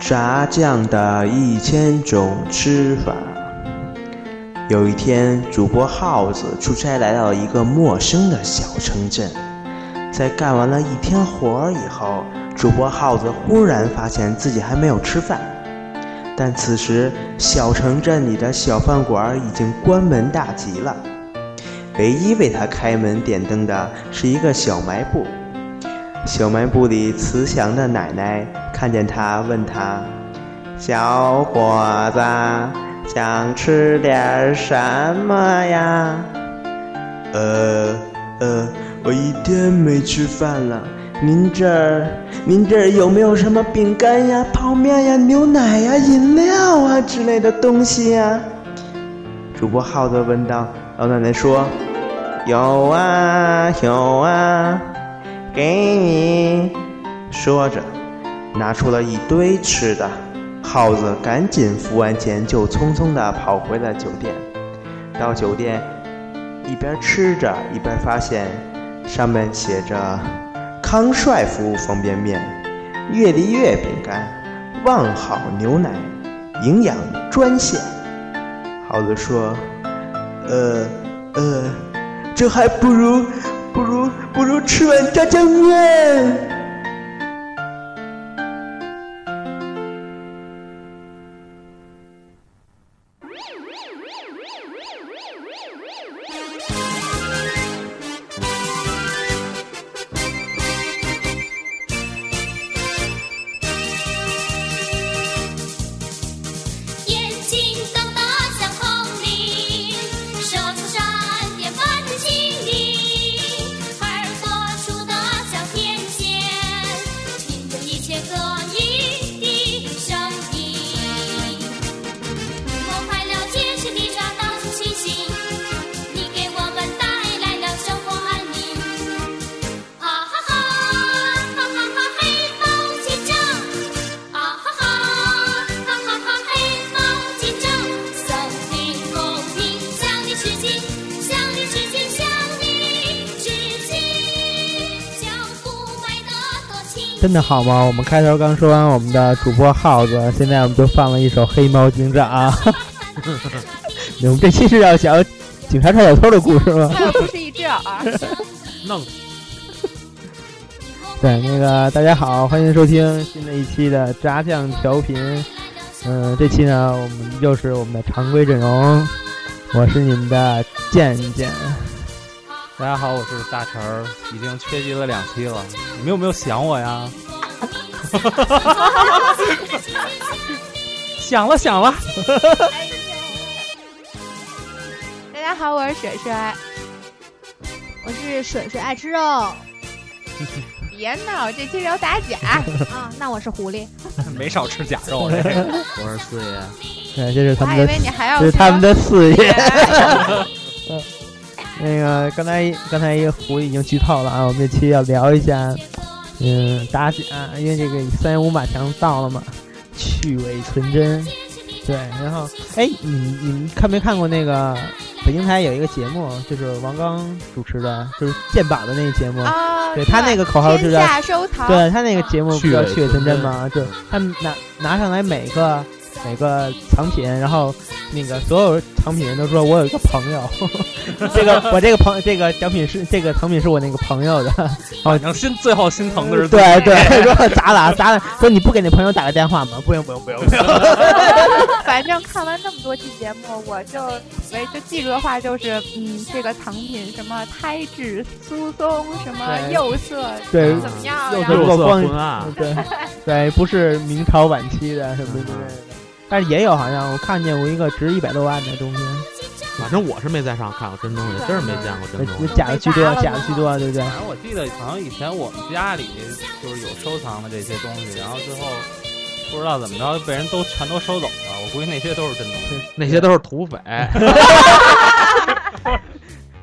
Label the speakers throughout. Speaker 1: 炸酱的一千种吃法。有一天，主播耗子出差来到一个陌生的小城镇，在干完了一天活儿以后，主播耗子忽然发现自己还没有吃饭。但此时，小城镇里的小饭馆已经关门大吉了，唯一为他开门点灯的是一个小卖部。小卖部里慈祥的奶奶看见他，问他：“小伙子，想吃点什么呀？”“呃呃，我一天没吃饭了。您这儿，您这儿有没有什么饼干呀、泡面呀、牛奶呀、饮料啊之类的东西呀？”主播耗子问道。老奶奶说：“有啊，有啊。”给你。说着，拿出了一堆吃的。耗子赶紧付完钱，就匆匆地跑回了酒店。到酒店，一边吃着，一边发现上面写着“康帅服务方便面”“月丽月饼干”“旺好牛奶”“营养专线”。耗子说：“呃，呃，这还不如……”不如不如吃碗炸酱面。
Speaker 2: 眼睛瞪大像铜铃，舌头闪电般的精灵，耳朵竖大像天线，听着一千个你的声音。我快乐街市里找到出星星，你给我们带来了生活安宁。啊哈哈，哈哈哈，黑猫警长！啊哈哈，哈哈哈，黑猫警长！向你公平，向你致敬，向你致敬，向你致敬！小不白的多情。
Speaker 3: 真的好吗？我们开头刚说完我们的主播耗子，现在我们就放了一首《黑猫警长》 啊。 我们这期是要讲警察抓小偷的故事 吗？
Speaker 4: 那不是一只耳。
Speaker 5: 弄
Speaker 3: 对，那个大家好，欢迎收听新的一期的炸酱调频。嗯、这期呢，我们又是我们的常规阵容，我是你们的健健。
Speaker 5: 大家好，我是大陈儿，已经缺席了两期了，你们有没有想 我呀？想了想了，
Speaker 4: 大家好，我是水水，
Speaker 6: 我是水水爱 吃肉
Speaker 4: 别闹，这期聊打假。
Speaker 6: 啊，那我是狐狸，
Speaker 5: 没少吃假肉这个。
Speaker 7: 我是四爷，
Speaker 3: 对，这是
Speaker 4: 我
Speaker 3: 他
Speaker 4: 还
Speaker 3: 们
Speaker 4: 以
Speaker 3: 的，
Speaker 4: 为你还要
Speaker 3: 这是他们
Speaker 4: 的。
Speaker 3: 的四 爷。那个刚才刚才一个狐狸已经剧透了啊，我们这期要聊一下， 嗯，打假，因为这个三人五马墙到了嘛，去伪存真，对，然后哎，你们你们看没看过那个北京台有一个节目，就是王刚主持的，就是鉴宝的那个节目，
Speaker 4: 啊，
Speaker 3: 对他那个口号是
Speaker 4: 天
Speaker 3: 叫
Speaker 4: 下收藏。
Speaker 3: 对他那个节目不
Speaker 7: 去
Speaker 3: 叫
Speaker 7: 伪
Speaker 3: 去伪存
Speaker 7: 存
Speaker 3: 真
Speaker 7: 真
Speaker 3: 吗？就他们拿拿上来每个每个藏品，然后那个所有藏品人都说我有一个朋友， 这个我这个朋这个奖品是这个藏品是我那个朋友的，
Speaker 5: 反正心最后心疼的是自己
Speaker 3: 哦对对， 说砸了砸了，说你不给那朋友打个电话吗？不用不用不用不用，
Speaker 4: 反正看完那么多期节目，我就我就记住的话就是，嗯，这个藏品什么胎质疏松，什么
Speaker 3: 对
Speaker 4: 釉色
Speaker 3: 对
Speaker 4: 怎么样，
Speaker 3: 釉
Speaker 4: 然
Speaker 3: 色
Speaker 4: 后
Speaker 3: 如果光
Speaker 7: 暗，
Speaker 3: 对对，不是明朝晚期的什么之类的，
Speaker 7: 嗯
Speaker 3: 但是也有好像我看见过一个值一百多万的东西，
Speaker 7: 反正我是没在上看过真东西，真是没见过真东
Speaker 3: 那
Speaker 7: 西。
Speaker 3: 呃假的居多，假的居多，对不对？
Speaker 5: 反正我记得好像以前我们家里就是有收藏的这些东西，然后最后不知道怎么着被人都全都收走了。我估计那些都是真东西。
Speaker 7: 那些都是土匪，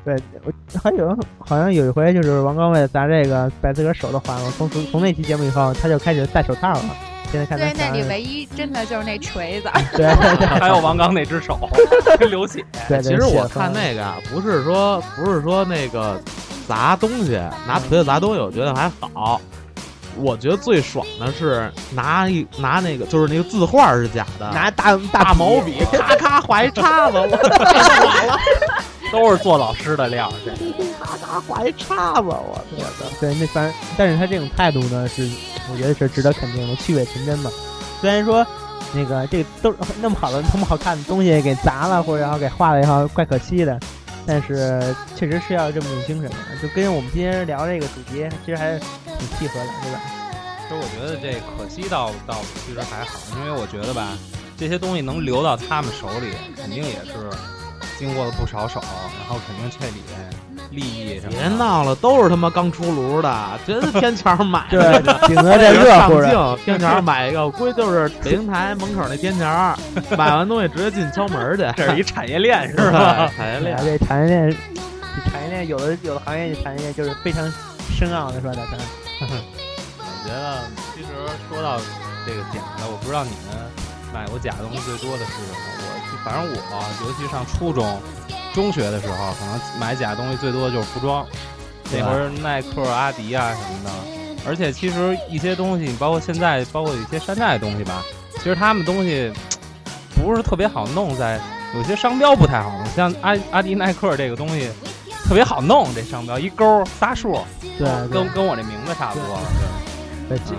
Speaker 3: 对，我还有好像有一回就是王刚为了砸这个，把自个儿手都划了。从从从那期节目以后，他就开始戴手套了。现在看他
Speaker 4: 对，那
Speaker 3: 砸
Speaker 4: 里
Speaker 3: 了
Speaker 4: 唯一真的就是那锤子，
Speaker 3: 对
Speaker 5: 还有王刚那只 手流血，
Speaker 3: 对对，
Speaker 7: 其实
Speaker 3: 血
Speaker 7: 我
Speaker 3: 痕
Speaker 7: 看那个啊，不是说不是说那个砸东西，拿锤子砸东西，我觉得还好。我觉得最爽的是拿一拿那个，就是那个字画是假的，
Speaker 3: 拿大
Speaker 7: 大
Speaker 3: 笔
Speaker 7: 毛 笔咔咔划一叉子，我
Speaker 5: 都是做老师的料，这
Speaker 7: 咔咔划一叉子，我天呐！
Speaker 3: 对，那反正，但是他这种态度呢，是我觉得是值得肯定的，去伪存真嘛。虽然说那个这个都是那么好的、那么好看的东西给砸了，或者然后给画了也好，怪可惜的。但是确实是要有这么一种精神的，就跟我们今天聊这个主题，其实还是挺契合的，对吧？
Speaker 5: 其实我觉得这可惜倒倒其实还好，因为我觉得吧，这些东西能流到他们手里，肯定也是经过了不少手，然后肯定这里面利益什么的。
Speaker 7: 别闹了，都是他妈刚出炉的，绝对天桥买
Speaker 3: 就
Speaker 7: 的。
Speaker 3: 是景哥在热乎着，
Speaker 7: 上镜天桥买一个，我估计就是北京台门口那天桥，买完东西直接进敲门去，
Speaker 5: 这是一产业链 是
Speaker 7: 是吧
Speaker 5: 吧？？
Speaker 7: 产业链
Speaker 3: 对，这产业链，这产业链有的有的行业这产业链就是非常深奥的，是吧，大川？
Speaker 5: 我觉得其实说到这个假的，我不知道你们买过假的东西最多的是什么。我反正我，尤其上初中、中学的时候，可能买假的东西最多就是服装，那会儿耐克、阿迪啊什么的。而且其实一些东西，包括现在，包括有一些山寨的东西吧，其实他们东西不是特别好弄在，有些商标不太好弄，像阿阿迪、耐克这个东西特别好弄，这商标一勾仨数，
Speaker 3: 对，对
Speaker 5: 跟跟我这名字差不多。
Speaker 3: 呃，
Speaker 5: 对
Speaker 3: 就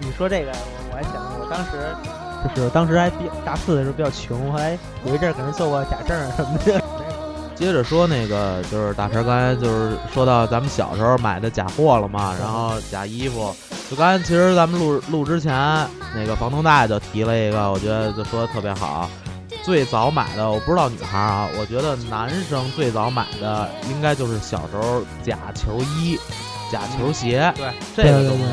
Speaker 3: 你说这个，我我还想，我当时就是当时还比较大四的时候比较穷，后来有一阵儿可能做过假证儿啊什么的。
Speaker 7: 接着说那个，就是大神刚才就是说到咱们小时候买的假货了
Speaker 3: 嗯
Speaker 7: 嘛，然后假衣服，就刚才其实咱们录录之前，那个房东大爷就提了一个，我觉得就说的特别好。最早买的我不知道女孩儿啊，我觉得男生最早买的应该就是小时候假球衣、假球鞋，
Speaker 3: 嗯
Speaker 5: 对
Speaker 7: 这个东西，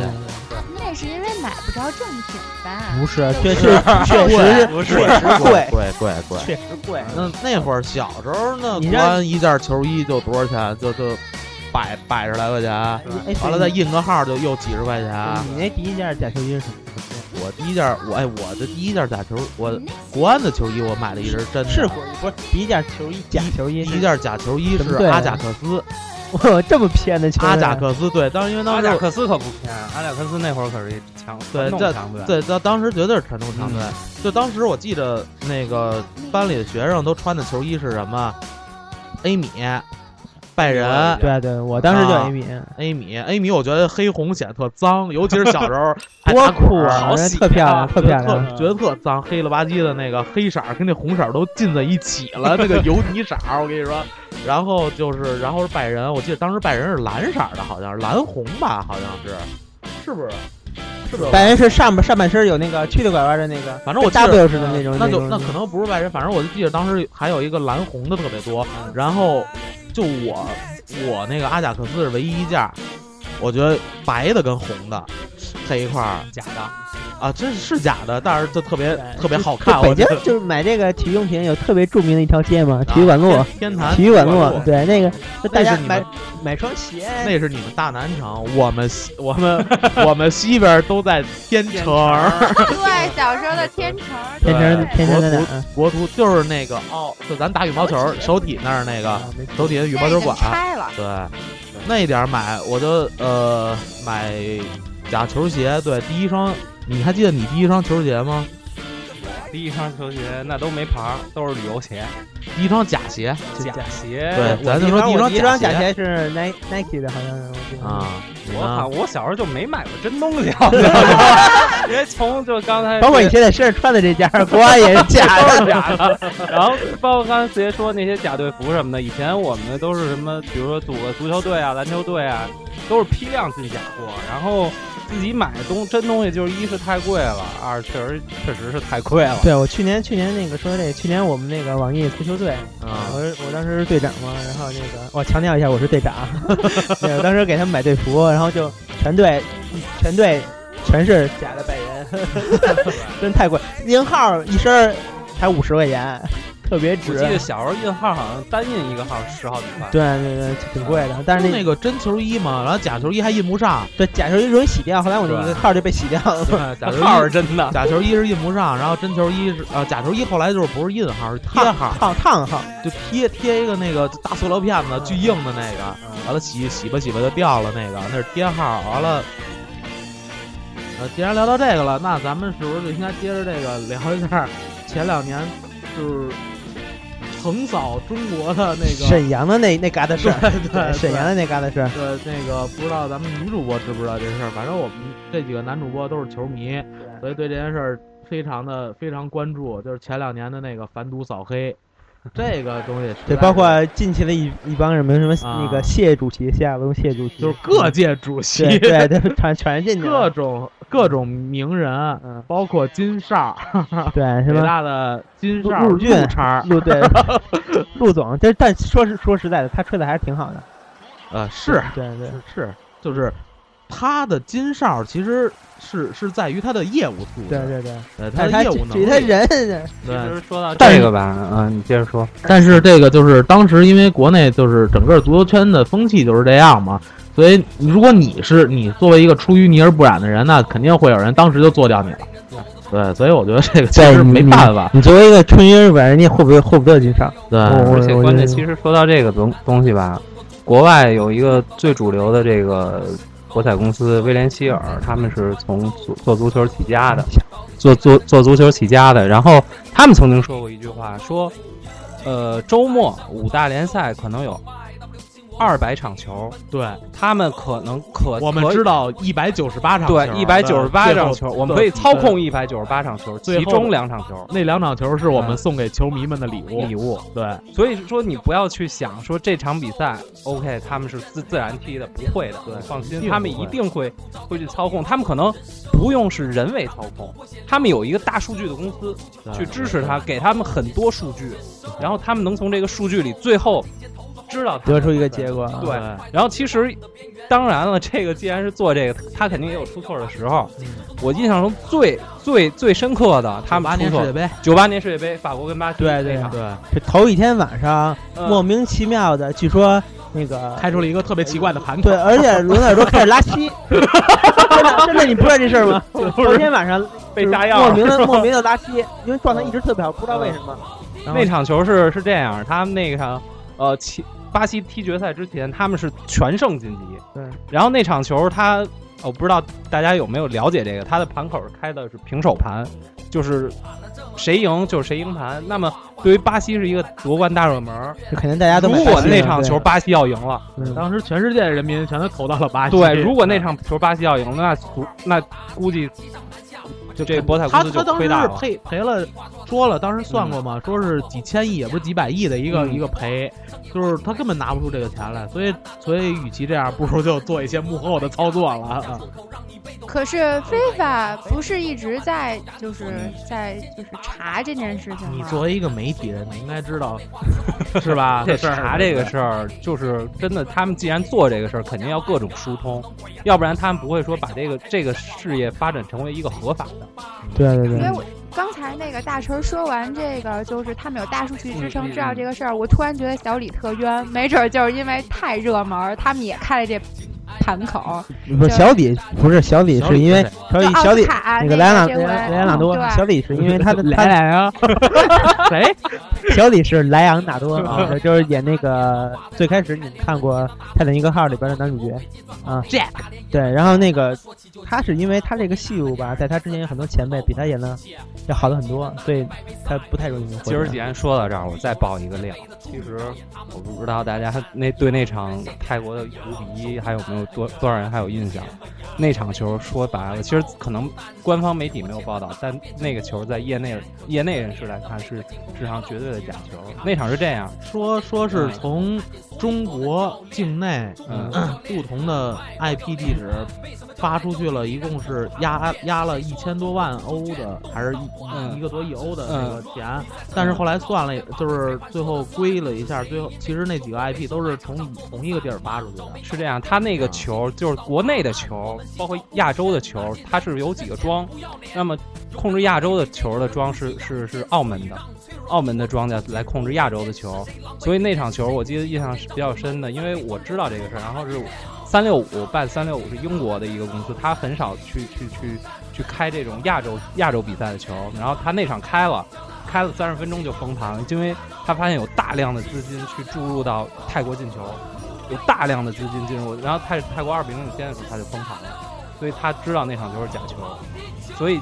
Speaker 4: 那是因为买不着正品吧？
Speaker 3: 不是，确实确实
Speaker 5: 不是
Speaker 3: 确实贵，
Speaker 7: 贵贵贵。
Speaker 3: 确实贵。
Speaker 7: 那那会儿小时候那
Speaker 3: 你让
Speaker 7: 穿一件球衣就多少钱？就就百百十来块钱。
Speaker 3: 哎，
Speaker 7: 啊完了再啊印个号就又几十块钱。
Speaker 3: 你那第一件假球衣是什么？
Speaker 7: 我第一件我哎我的第一件假球，我国安的球衣我买的一身真的。
Speaker 3: 是贵，不是第一件球衣假球衣
Speaker 7: 啊第 一件假球衣
Speaker 3: 什
Speaker 7: 是
Speaker 3: 么队啊
Speaker 7: 阿贾克斯，
Speaker 3: 哇，这么偏的球啊
Speaker 7: 阿贾克斯对，当时因为当
Speaker 5: 阿
Speaker 7: 时
Speaker 5: 贾
Speaker 7: 我
Speaker 5: 克斯可不偏，啊阿贾克斯那会儿可是一强
Speaker 7: 对
Speaker 5: 传统
Speaker 7: 这
Speaker 5: 强队，
Speaker 7: 对，当当时绝对是传统强队
Speaker 5: 嗯。
Speaker 7: 就当时我记得那个班里的学生都穿的球衣是什么？A 米、拜仁、
Speaker 3: 对啊对，我当时就有一米，
Speaker 7: A 米、A 米，我觉得黑红显得特脏，尤其是小时 候还
Speaker 3: 多
Speaker 7: 打滚
Speaker 3: 酷
Speaker 7: 儿
Speaker 3: 啊
Speaker 7: 好
Speaker 3: 人
Speaker 7: 洗
Speaker 3: 特漂亮
Speaker 7: 啊
Speaker 3: 特
Speaker 7: 觉得
Speaker 3: 漂亮
Speaker 7: 觉得特脏，黑了吧唧的那个黑色儿跟那红色儿都浸在一起了，那个 油泥色儿，我跟你说。然后就是，然后是拜仁，我记得当时拜仁是蓝色儿的，好像是蓝红吧，好像是，是不是？是不是？
Speaker 3: 拜仁是上半上半身有那个曲里拐弯的那个，
Speaker 7: 反正我记得
Speaker 3: W 式的那种，
Speaker 7: 那就
Speaker 3: 种
Speaker 7: 那可能不是拜仁，反正我就记得当时还有一个蓝红的特别多，
Speaker 3: 嗯
Speaker 7: 然后就我我那个阿贾克斯是唯一一件儿，我觉得白的跟红的这一块儿
Speaker 5: 假的，
Speaker 7: 啊，真是假的，但是就特别
Speaker 3: 对
Speaker 7: 特别好
Speaker 3: 就
Speaker 7: 看。
Speaker 3: 北
Speaker 7: 我
Speaker 3: 京
Speaker 7: 觉得
Speaker 3: 就是买这个体育用品有特别著名的一条街嘛， 体育馆路。
Speaker 7: 啊天天坛
Speaker 3: 体育馆
Speaker 7: 体育馆
Speaker 3: 路
Speaker 7: 路，
Speaker 3: 对那个，就大
Speaker 7: 那
Speaker 3: 家
Speaker 7: 是你
Speaker 3: 买
Speaker 7: 们
Speaker 3: 买双鞋，
Speaker 7: 那是你们大南城，我们西我们我们西边都在天城，
Speaker 4: 对，小时候的天成，
Speaker 3: 天成
Speaker 7: 对
Speaker 3: 天成在嗯哪儿？
Speaker 7: 国足就是那个哦，就咱打羽毛球手体那儿那个
Speaker 3: 啊没错
Speaker 7: 手底下羽
Speaker 4: 羽
Speaker 7: 毛球馆，
Speaker 4: 拆了，
Speaker 7: 对，那点儿买我就呃买假球鞋，对，第一双你还记得你第一双球鞋吗？
Speaker 5: 第一双球鞋那都没牌儿，都是旅游鞋，
Speaker 7: 第一双假鞋
Speaker 5: 假鞋。
Speaker 7: 对咱就
Speaker 3: 一
Speaker 7: 说第一
Speaker 3: 双
Speaker 7: 双
Speaker 3: 一双
Speaker 7: 假
Speaker 3: 假鞋是 Ni- Nike 的，好像是我记得。
Speaker 7: 啊，你
Speaker 5: 我
Speaker 7: 呢
Speaker 5: 好，我小时候就没买过真东 西，好像因为从就刚才
Speaker 3: 包括你现在身上穿的这件儿，国安也是假
Speaker 5: 都
Speaker 3: 的。
Speaker 5: 是假的，然后包括刚才四爷说那些假队服什么的，以前我们都是什么，比如说组个足球队啊、篮球队啊，都是批量进假货，然后自己买东真东西，就是一是太贵了，二确实确实是太贵了。
Speaker 3: 对，我去年去年那个说这，去年我们那个网易足球队，
Speaker 7: 啊
Speaker 3: 我是我当时是队长嘛，然后那个我强调一下，我是队长。 对，我当时给他们买队服，然后就全队全队全是假的拜仁， 真太贵，印号一身儿才五十块钱，特别
Speaker 5: 我
Speaker 3: 值
Speaker 5: 记。得小时候印号好像单印一个号十好几块。
Speaker 3: 对对对，挺贵的，但是
Speaker 7: 啊就
Speaker 3: 那
Speaker 7: 那个真球衣嘛，然后假球衣还印不上，
Speaker 3: 对假球衣容易洗掉，后来我那
Speaker 7: 对
Speaker 3: 个号就被洗掉了。
Speaker 7: 假球
Speaker 5: 号是
Speaker 7: 衣
Speaker 5: 真的，
Speaker 7: 假球衣是印不上，然后真球衣是呃假球衣后来就是不是印号是贴号，
Speaker 3: 烫烫号，
Speaker 7: 就贴贴一个那个大塑料片子巨硬的那个，完了洗洗吧洗吧就掉了那个，那是贴号，完了呃，既然聊到这个了，那咱们是不是就应该接着这个聊一下前两年就是横扫中国的那个？
Speaker 3: 沈阳的那那旮瘩事儿，
Speaker 7: 对对对
Speaker 3: 沈阳的那旮瘩事儿，
Speaker 7: 呃，那个不知道咱们女主播知不知道这事儿，反正我们这几个男主播都是球迷，所以对这件事儿非常的非常关注。就是前两年的那个反赌扫黑，这个东西实在
Speaker 3: 对，
Speaker 7: 是
Speaker 3: 包括进去了一一帮什么什么
Speaker 7: 啊
Speaker 3: 那个谢主席、谢亚龙、谢主席，
Speaker 7: 就是各界主席、
Speaker 3: 嗯 对对对，全全进去
Speaker 7: 各
Speaker 3: 了，
Speaker 7: 种各种名人，
Speaker 3: 嗯，
Speaker 7: 包括金哨，
Speaker 3: 对，什
Speaker 7: 北
Speaker 3: 么
Speaker 7: 大的金哨
Speaker 3: 陆陆俊
Speaker 7: 叉儿，
Speaker 3: 陆对陆总，但但说是说实在的，他吹的还是挺好的，
Speaker 7: 呃，是
Speaker 3: 对对
Speaker 7: 是是，就是他的金哨其实是是在于他的业务素质，
Speaker 3: 对对对，
Speaker 7: 呃，他
Speaker 3: 但
Speaker 7: 的
Speaker 3: 他
Speaker 7: 业务
Speaker 3: 只
Speaker 7: 能
Speaker 3: 只
Speaker 7: 力，
Speaker 3: 他人，
Speaker 5: 其
Speaker 7: 对
Speaker 5: 实说到
Speaker 7: 但是
Speaker 5: 这个吧，啊，你接着说。
Speaker 7: 但是这个就是当时因为国内就是整个足球圈的风气就是这样嘛，所以如果你是你作为一个出淤泥而不染的人，那肯定会有人当时就做掉你了。对，所以我觉得这个其实没办法。
Speaker 3: 你作为一个纯音日本人，你会不会获不到金哨？
Speaker 7: 对，
Speaker 3: 我
Speaker 5: 而且
Speaker 3: 我
Speaker 5: 关
Speaker 3: 觉得
Speaker 5: 键，其实说到这个东东西吧，国外有一个最主流的这个博彩公司威廉希尔，他们是从足做足球起家的，做做做足球起家的。然后他们曾经说过一句话，说，呃，周末五大联赛可能有二百场球，
Speaker 7: 对，
Speaker 5: 他们可能可
Speaker 7: 我们
Speaker 5: 呃可以
Speaker 7: 知道一百九十八场球，啊
Speaker 5: 对一百九十八
Speaker 7: 最
Speaker 5: 场
Speaker 7: 后
Speaker 5: 球，我们可以
Speaker 7: 最
Speaker 5: 操
Speaker 7: 后
Speaker 5: 控一百九十八场球，
Speaker 7: 最
Speaker 5: 其
Speaker 7: 后
Speaker 5: 中两场球
Speaker 7: 那两场球是我们
Speaker 5: 嗯
Speaker 7: 送给球迷们的礼物。
Speaker 5: 礼物。
Speaker 7: 对，
Speaker 5: 所以说你不要去想说这场比赛，OK，他们是自自然踢的，不会的，你放
Speaker 7: 一定
Speaker 5: 心，
Speaker 7: 不会
Speaker 5: 他们一定会会去操控，他们可能不用是人为操控，他们有一个大数据的公司
Speaker 7: 啊
Speaker 5: 去
Speaker 7: 对
Speaker 5: 支持他，给他们很多数据，然后他们能从这个数据里最后知道他
Speaker 3: 得出一个结果，啊
Speaker 5: 对然后其实，当然了，这个既然是做这个，他肯定也有出错的时候。
Speaker 3: 嗯
Speaker 5: 我印象中最最最深刻的，他们
Speaker 7: 八
Speaker 5: 出
Speaker 7: 年世
Speaker 5: 错
Speaker 7: 界，杯，
Speaker 5: 九八年世界杯，法国跟巴西
Speaker 3: 对对
Speaker 5: 那场，
Speaker 7: 对，
Speaker 3: 这头一天晚上
Speaker 5: 嗯
Speaker 3: 莫名其妙的，据说那个
Speaker 7: 开出了一个特别奇怪的盘口
Speaker 3: 对，，而且罗纳尔多开始拉 稀，真的真的，你不知道这事儿吗？昨天晚上
Speaker 5: 被炸
Speaker 3: 炸
Speaker 5: 药
Speaker 3: 莫名的 莫名的拉稀，因为状态一直特别好，不知道为什么。然后
Speaker 5: 那场球是是这样，他们那场呃，其巴西踢决赛之前，他们是全胜晋级。
Speaker 3: 对。
Speaker 5: 然后那场球他，我不知道大家有没有了解这个，他的盘口是开的是平手盘，就是谁赢就是谁赢盘。那么对于巴西是一个夺冠大热门儿，
Speaker 3: 就肯定大家都
Speaker 5: 如
Speaker 3: 买
Speaker 5: 果
Speaker 3: 巴西
Speaker 5: 那
Speaker 3: 了
Speaker 5: 场
Speaker 3: 对
Speaker 5: 球巴西要赢了，
Speaker 3: 嗯
Speaker 7: 当时全世界的人民全都投到了巴西。
Speaker 5: 对，如果那场球巴西要赢，那足那估计就这博彩公
Speaker 7: 他
Speaker 5: 司就
Speaker 7: 他当时
Speaker 5: 亏大
Speaker 7: 是
Speaker 5: 了。
Speaker 7: 赔赔了，说了，当时算过嘛，说是几千亿，也不是几百亿的一个、
Speaker 5: 嗯
Speaker 7: 一个赔，就是他根本拿不出这个钱来，所以所以与其这样，不如就做一些幕后的操作了。啊
Speaker 4: 可是非法不是一直在就是在就是查这件事情
Speaker 7: 你
Speaker 4: 吗？
Speaker 7: 作为一个媒体人，你应该知道，是吧？
Speaker 5: 这
Speaker 7: 事儿
Speaker 5: 查这个事儿，就是真的，他们既然做这个事儿，肯定要各种疏通，要不然他们不会说把这个这个事业发展成为一个合法的。
Speaker 3: 对啊对
Speaker 4: 因为
Speaker 3: 对，
Speaker 4: 我刚才那个大陈说完这个，就是他们有大数据支
Speaker 5: 嗯嗯
Speaker 4: 撑，
Speaker 5: 嗯
Speaker 4: 知道这个事儿，我突然觉得小李特冤，没准儿就是因为太热门儿，他们也开了这盘口。
Speaker 3: 不是小李，不是小李，
Speaker 7: 小
Speaker 3: 是
Speaker 7: 李
Speaker 3: 因为小
Speaker 4: 就
Speaker 7: 对
Speaker 3: 李
Speaker 4: 奥
Speaker 3: 小
Speaker 4: 斯
Speaker 3: 李
Speaker 4: 卡啊
Speaker 3: 那
Speaker 4: 个
Speaker 3: 个莱昂
Speaker 4: 这
Speaker 3: 莱昂莱昂纳
Speaker 4: 回
Speaker 3: 多
Speaker 4: 嗯，
Speaker 3: 小李是因为他 的
Speaker 7: 来
Speaker 3: 他
Speaker 7: 来啊，谁？
Speaker 3: 小李是莱昂纳多
Speaker 7: 啊
Speaker 3: 嘛，就是演那个最开始你们看过《泰坦尼克号》里边的男主角啊，Jack。对，然后那个他是因为他这个戏路吧，在他之前有很多前辈比他演的要好的很多，所以他不太容易
Speaker 5: 今
Speaker 3: 获
Speaker 5: 儿
Speaker 3: 奖。
Speaker 5: 既然说到这儿，我再爆一个料。其实我不知道大家那对那场泰国的五比一还有没有多多少人还有印象？那场球说白了，其实可能官方媒体没有报道，但那个球在业内业内人士来看是是场绝对的假球。那场是这样，
Speaker 7: 说说是从中国境内呃
Speaker 5: 嗯
Speaker 7: 不同的 IP 地址发出去了，一共是压压了一千多万欧的，还是一、
Speaker 5: 嗯
Speaker 7: 一个多亿欧的那
Speaker 5: 嗯
Speaker 7: 个钱。但是后来算了，就是最后归了一下，最后其实那几个 IP 都是从同一个地儿发出去的。
Speaker 5: 是这样，他那个球就是国内的球，包括亚洲的球，它是有几个庄。那么控制亚洲的球的庄是是是澳门的，澳门的庄家来控制亚洲的球。所以那场球我记得印象是比较深的，因为我知道这个事儿。然后是三六五办三六五是英国的一个公司，他很少去去去去开这种亚洲亚洲比赛的球。然后他那场开了，开了三十分钟就封盘了，因为他发现有大量的资金去注入到泰国进球。有大量的资金进入，然后泰泰国二比零领先的时候他就封盘了。所以他知道那场球是假球，所以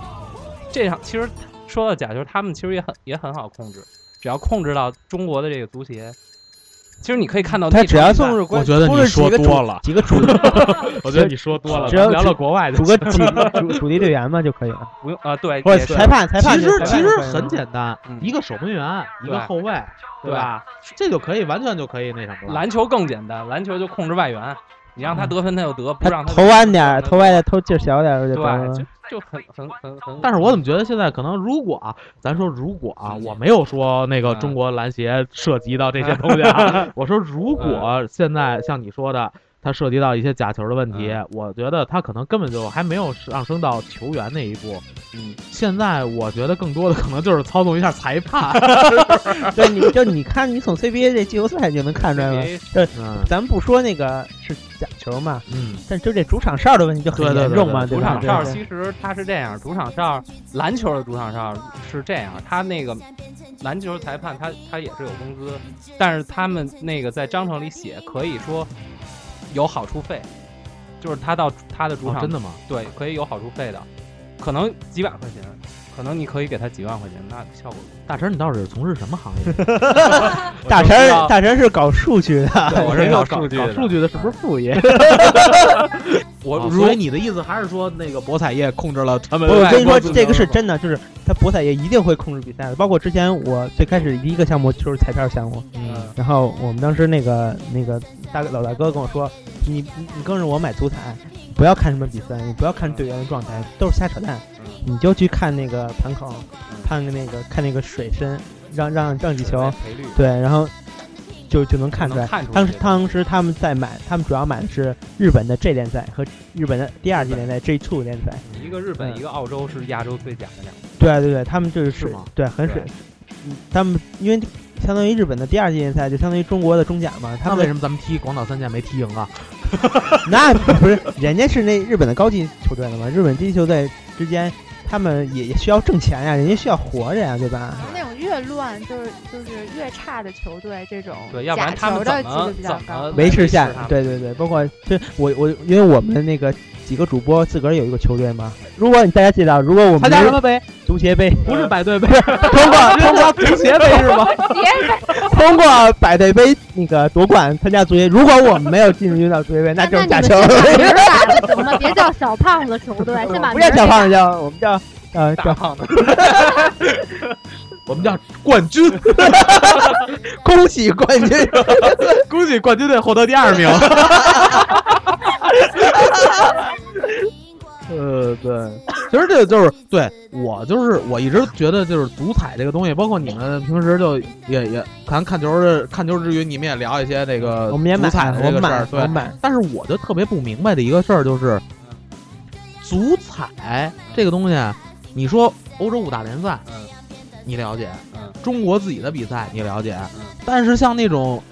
Speaker 5: 这场其实说到假球，他们其实也很也很好控制，只要控制到中国的这个足协，其实你可以看到
Speaker 3: 他
Speaker 5: 那场
Speaker 3: 只要
Speaker 5: 比赛
Speaker 3: 送入关，
Speaker 7: 我觉得
Speaker 3: 出
Speaker 7: 你
Speaker 3: 了
Speaker 7: 说
Speaker 3: 几个主
Speaker 7: 多了，
Speaker 3: 几个 主
Speaker 7: 我觉得你说多了，
Speaker 3: 只要
Speaker 7: 咱们聊聊国外的
Speaker 3: 主。个几主主力队员嘛就可以了，
Speaker 5: 不用啊、对，
Speaker 3: 或
Speaker 5: 也
Speaker 3: 者
Speaker 5: 是
Speaker 3: 裁判裁判
Speaker 7: 其实
Speaker 3: 裁判
Speaker 7: 其
Speaker 3: 就
Speaker 7: 实
Speaker 3: 可以了
Speaker 7: 很简单
Speaker 5: 嗯，
Speaker 7: 一个守门员，一
Speaker 5: 对
Speaker 7: 个后卫，对吧？这就可以完全就可以那什么了。
Speaker 5: 篮球更简单，篮球就控制外援，你让他得分他就得，不让
Speaker 3: 他
Speaker 5: 他
Speaker 3: 投
Speaker 5: 得
Speaker 3: 弯
Speaker 5: 分
Speaker 3: 点儿，
Speaker 5: 他就
Speaker 3: 投外点儿，投劲儿小点儿就得
Speaker 5: 对，
Speaker 3: 了
Speaker 5: 就。就很很很很。
Speaker 7: 但是我怎么觉得现在可能如果啊，咱说如果啊，我没有说那个
Speaker 5: 嗯
Speaker 7: 中国篮协涉及到这些东西 啊，我说如
Speaker 5: 嗯
Speaker 7: 果现在像你说的，它涉及到一些假球的问题，
Speaker 5: 嗯
Speaker 7: 我觉得它可能根本就还没有上升到球员那一步。
Speaker 5: 嗯，
Speaker 7: 现在我觉得更多的可能就是操纵一下裁 判。
Speaker 3: 对，你就你看，你从 CBA 这季后赛你就能看出来了。
Speaker 5: 别
Speaker 7: 嗯
Speaker 3: 咱们不说那个是假球嘛，
Speaker 7: 嗯，
Speaker 3: 但就这主场哨的问题就很
Speaker 7: 对对
Speaker 3: 严
Speaker 7: 对
Speaker 3: 重嘛，
Speaker 7: 对
Speaker 5: 主
Speaker 3: 吧
Speaker 5: 场？哨
Speaker 3: 对对
Speaker 5: 其实它是这样，主场哨篮球的主场哨是这样，他那个篮球裁判他他也是有工资，但是他们那个在章程里写可以说有好处费，就是他到他的主
Speaker 7: 哦
Speaker 5: 场、
Speaker 7: 真的吗？
Speaker 5: 对可以有好处费的，可能几百块钱，可能你可以给他几万块钱，那效果
Speaker 7: 大成，你到底是从事什么行业？
Speaker 3: 大
Speaker 5: 我
Speaker 3: 神
Speaker 5: 就知
Speaker 3: 儿
Speaker 5: 道
Speaker 3: 大神儿是搞数据的，哦
Speaker 5: 对 我是
Speaker 7: 搞
Speaker 5: 数据
Speaker 7: 搞
Speaker 5: 的
Speaker 7: 数据的，是不是副业？
Speaker 5: 我
Speaker 7: 哦
Speaker 5: 如
Speaker 7: 所以你的意思还是说那个博彩业控制了他们？
Speaker 3: 我跟你说，
Speaker 5: 对
Speaker 3: 这个是真的，就是他博彩也一定会控制比赛的。包括之前我最开始第一个项目就是彩票项目，
Speaker 5: 嗯
Speaker 3: 然后我们当时那个那个大老大哥跟我说，你你你跟着我买足彩，不要看什么比赛，你不要看队员的状态，都是瞎扯淡，
Speaker 5: 嗯
Speaker 3: 你就去看那个盘口，看那个看那个水深，让让让几球，
Speaker 5: 赔率
Speaker 3: 对，然后就就能看出
Speaker 5: 能
Speaker 3: 来。
Speaker 5: 看出来
Speaker 3: 当时当时他们在买，他们主要买的是日本的 J 联赛和日本的第二级联赛 J Two 联赛。
Speaker 5: 一个日
Speaker 3: 嗯
Speaker 5: 本一个澳洲是亚洲最假的两个，
Speaker 3: 对对对，他们就是水
Speaker 7: 吗
Speaker 3: 对，很
Speaker 5: 对
Speaker 3: 水。嗯他们因为相当于日本的第二级联赛，就相当于中国的中甲嘛。他
Speaker 7: 那
Speaker 3: 们
Speaker 7: 为什么咱们踢广岛三剑没踢赢啊？
Speaker 3: 那不是，人家是那日本的高级球队了嘛？日本低级球队之间，他们也也需要挣钱呀，人家需要活着呀，对吧？
Speaker 4: 那种越乱就是就是越差的球队，这种
Speaker 5: 对，要不然
Speaker 4: 假
Speaker 5: 他
Speaker 4: 球
Speaker 5: 们
Speaker 4: 的
Speaker 5: 怎
Speaker 4: 几
Speaker 5: 么
Speaker 4: 率比较
Speaker 5: 怎
Speaker 4: 高
Speaker 5: 么。
Speaker 3: 维持下
Speaker 5: 他，们
Speaker 3: 对对对，包括这我我，因为我们那个几个主播自个儿有一个球队嘛。如果你大家记得啊，如果我
Speaker 7: 参
Speaker 3: 们
Speaker 7: 加什么杯？
Speaker 3: 足协杯，
Speaker 7: 不
Speaker 5: 呃
Speaker 7: 是百对杯，
Speaker 3: 通过通过足协杯是 吗？通过百队杯那个夺冠参加足协，如果我们没有进军到足协杯，
Speaker 6: 那
Speaker 3: 就是
Speaker 6: 你
Speaker 3: 假
Speaker 6: 们
Speaker 3: 球
Speaker 6: 先。把名儿改了行吗？别叫小胖子球队，先把
Speaker 3: 不
Speaker 6: 名
Speaker 3: 叫小
Speaker 6: 儿改
Speaker 3: 胖，叫我们叫呃
Speaker 5: 大
Speaker 3: 叫
Speaker 5: 胖子，
Speaker 7: 我们叫冠 军，
Speaker 3: 恭喜冠 军。
Speaker 7: 恭喜冠军队获得第 二名。呃，对，其实这个就是对我就是我一直觉得就是足彩这个东西，包括你们平时就也也咱看球的看球之余，你们也聊一些这个
Speaker 3: 我们也买
Speaker 7: 足彩的
Speaker 3: 我
Speaker 7: 这
Speaker 3: 们
Speaker 7: 个事儿，
Speaker 3: 买，我
Speaker 7: 对
Speaker 3: 们。买。
Speaker 7: 但是我就特别不明白的一个事儿就是，足彩这个东西，啊你说欧洲五大联赛，
Speaker 5: 嗯
Speaker 7: 你了解，
Speaker 5: 嗯，
Speaker 7: 中国自己的比赛你了解，
Speaker 5: 嗯
Speaker 7: 但是像那种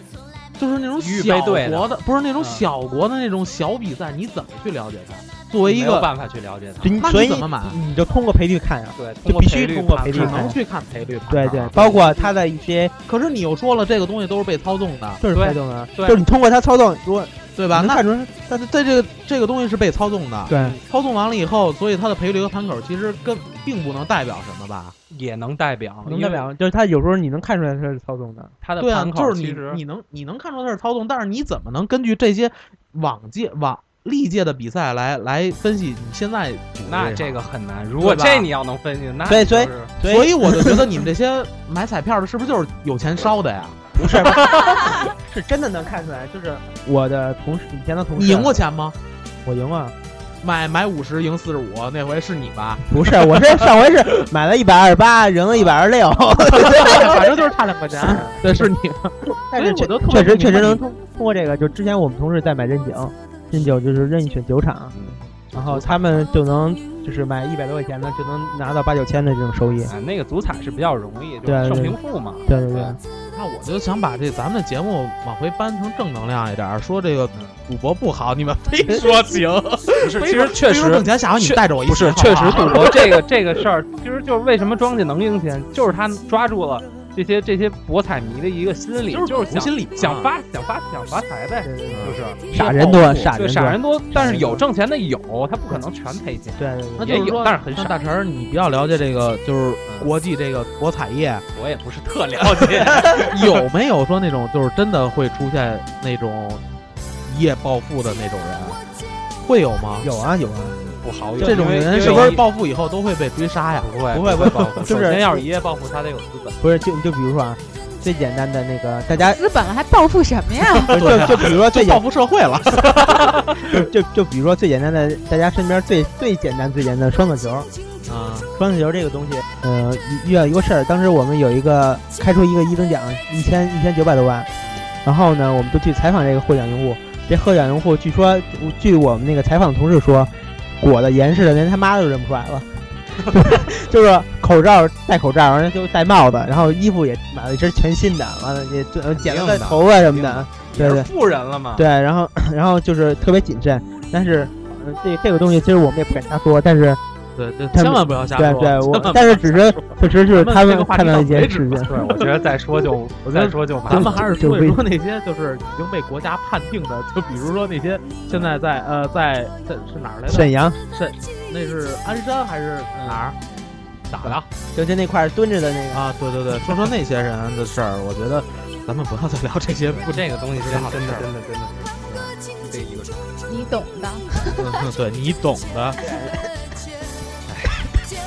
Speaker 7: 就是那种
Speaker 5: 预
Speaker 7: 小
Speaker 5: 备队的
Speaker 7: 国的，不是那种
Speaker 5: 嗯
Speaker 7: 小国的那种小比赛，你怎么去了解它？作为一
Speaker 5: 没有
Speaker 7: 个
Speaker 5: 办法去了解他，
Speaker 3: 对
Speaker 7: 那你
Speaker 3: 所以
Speaker 7: 怎么买啊
Speaker 3: 你就通过赔率看啊。
Speaker 5: 对，
Speaker 3: 就必须通过赔
Speaker 5: 赔
Speaker 3: 率
Speaker 7: 只
Speaker 5: 率
Speaker 3: 看
Speaker 7: 能去看赔率，啊
Speaker 3: 对对，包括他的一些
Speaker 7: 可是你又说了，这个东西都是被操纵的，
Speaker 3: 就是
Speaker 5: 对
Speaker 3: 操纵啊，
Speaker 5: 对
Speaker 3: 就是你通过他操纵，如果
Speaker 7: 对吧？
Speaker 3: 能
Speaker 7: 那嗯
Speaker 3: 看出来
Speaker 7: 但是在这个这个东西是被操纵的，
Speaker 3: 对
Speaker 7: 操纵完了以后，所以它的赔率和盘口其实跟并不能代表什么吧？
Speaker 5: 也能代表，
Speaker 3: 能代表，就是他有时候你能看出来他是操纵的。
Speaker 5: 他的
Speaker 7: 对啊
Speaker 5: 盘，口
Speaker 7: 就是
Speaker 5: 其
Speaker 7: 你
Speaker 5: 实
Speaker 7: 你能你能看出它是操纵，但是你怎么能根据这些往届往历届的比赛来来分析你现在组
Speaker 5: 那
Speaker 7: 队
Speaker 5: 这
Speaker 7: 上
Speaker 5: 个很难。如果
Speaker 7: 对吧
Speaker 5: 这你要能分析，那
Speaker 3: 所以所以
Speaker 5: 就是
Speaker 7: 所以我就觉得你们这些买彩票的，是不是就是有钱烧 的呀？
Speaker 3: 不是，是真的能看出来。就是我的同事，以前
Speaker 5: 啊
Speaker 3: 的同事，啊
Speaker 7: 你赢过，钱吗？
Speaker 3: 我赢过。
Speaker 7: 买买五十赢四十五，那回是你 吧？
Speaker 3: 不是，我是上回是买了一百二十八，赢
Speaker 7: 啊
Speaker 3: 了一百二十六。
Speaker 7: 反正就是差两块钱。对，是你。
Speaker 3: 但是
Speaker 7: 所以我都特
Speaker 3: 确
Speaker 7: 别
Speaker 3: 实确
Speaker 7: 不明白
Speaker 3: 实能
Speaker 7: 你
Speaker 3: 通通过这个，就之前我们同事在买任景，任景就是任选酒厂，
Speaker 7: 嗯
Speaker 3: 然后他们就能就是买一百多块钱的就能拿到八九千的这种收益。
Speaker 5: 啊，那个足彩是比较容易，就
Speaker 3: 对对
Speaker 5: 是胜
Speaker 3: 对
Speaker 5: 平负嘛。
Speaker 3: 对对对，
Speaker 7: 啊那我就想把这咱们的节目往回搬成正能量一点儿，说这个赌博不好，你们非说行，
Speaker 5: 不是，其实确
Speaker 7: 非说挣
Speaker 5: 实
Speaker 7: 钱，下回你们
Speaker 5: 确
Speaker 7: 带着我一
Speaker 5: 不
Speaker 7: 起
Speaker 5: 是，
Speaker 7: 好啊
Speaker 5: 确
Speaker 7: 不
Speaker 5: 实
Speaker 7: 好
Speaker 5: 赌博这个这个事儿，其实就是为什么庄家能赢钱，就是他抓住了这些这些博彩迷的一个心理，
Speaker 7: 就是
Speaker 5: 就是
Speaker 7: 图
Speaker 5: 想
Speaker 7: 心理嘛
Speaker 5: 想发想发想发财呗，
Speaker 3: 对对对
Speaker 7: 嗯
Speaker 5: 就是
Speaker 3: 傻人多，傻
Speaker 5: 对
Speaker 3: 人
Speaker 5: 傻
Speaker 3: 多，
Speaker 5: 人多，
Speaker 3: 傻
Speaker 5: 但是
Speaker 3: 人
Speaker 5: 有
Speaker 3: 多
Speaker 5: 挣钱的有，他不可能全赔钱。
Speaker 3: 对对
Speaker 7: 那
Speaker 3: 对，
Speaker 5: 也
Speaker 7: 就是
Speaker 5: 有，
Speaker 7: 说
Speaker 5: 但是很嗯
Speaker 7: 那
Speaker 5: 少。
Speaker 7: 大成儿，你比较了解这个就是国际这个博彩业，
Speaker 5: 我也不是特了解，
Speaker 7: 有没有说那种就是真的会出现那种一夜暴富的那种人？会有吗？
Speaker 3: 有啊有啊，
Speaker 5: 不好有
Speaker 7: 这种
Speaker 5: 因为
Speaker 7: 人是不是暴富以后都会被追杀呀？
Speaker 5: 不会
Speaker 3: 不会
Speaker 5: 不会暴富？
Speaker 3: 就是
Speaker 5: 首先要是一夜暴富，他得有资本。
Speaker 3: 不是就就比如说啊，最简单的那个，大家
Speaker 4: 资本还暴富什么呀？
Speaker 3: 不是就
Speaker 7: 啊
Speaker 3: 就比如说最
Speaker 7: 报
Speaker 3: 简
Speaker 7: 复社会了，
Speaker 3: 就就就比如说最简单的，大家身边最最简单最简单的双色球，
Speaker 7: 啊，
Speaker 3: 双色球这个东西，呃，遇遇到一个事儿，当时我们有一个开出一个一等奖，一千一千九百多万，然后呢，我们就去采访这个获奖用户，这获奖用户据说，据我们那个采访同事说，裹的严实的连他妈都认不出来了。 就是口罩戴口罩，然后就戴帽子，然后衣服也买了一身全新的，完了也就剪了个头发什么的，对
Speaker 5: 也
Speaker 3: 对
Speaker 5: 是。富人了嘛？
Speaker 3: 对，然后 然后就是特别谨慎，但是。呃这这个东西其实我们也不敢瞎说，但是
Speaker 7: 对对，
Speaker 3: 他们
Speaker 7: 千万不要瞎
Speaker 3: 对
Speaker 7: 说。
Speaker 3: 对，我
Speaker 7: 千万不要
Speaker 3: 但是只是
Speaker 7: 瞎
Speaker 3: 确
Speaker 7: 说
Speaker 3: 实是他
Speaker 7: 咱们
Speaker 3: 们
Speaker 7: 这个话
Speaker 3: 看
Speaker 7: 题
Speaker 3: 到
Speaker 7: 到
Speaker 3: 一
Speaker 7: 此
Speaker 3: 件
Speaker 7: 为
Speaker 3: 事
Speaker 7: 止吧
Speaker 3: 情，
Speaker 5: 对，我觉得再说就我再说就麻
Speaker 7: 咱
Speaker 5: 烦
Speaker 7: 们
Speaker 5: 了。
Speaker 7: 还是
Speaker 3: 就
Speaker 7: 说
Speaker 3: 就
Speaker 7: 一说那些就是已经被国家判定的，就比如说那些现在在呃在在是哪儿来着？
Speaker 3: 沈阳
Speaker 7: 那是鞍山还是哪儿？咋了？
Speaker 3: 就就那块儿蹲着的那个，
Speaker 7: 啊，对对对，说说那些人的事儿，我觉得咱们不要再聊这些不
Speaker 5: 这个东西
Speaker 7: 知
Speaker 5: 真
Speaker 7: 道
Speaker 5: 的真
Speaker 7: 的事
Speaker 5: 的
Speaker 7: 儿
Speaker 5: 真的真的是这一个事儿
Speaker 4: 你懂的。
Speaker 7: 了，对你懂的。
Speaker 2: 借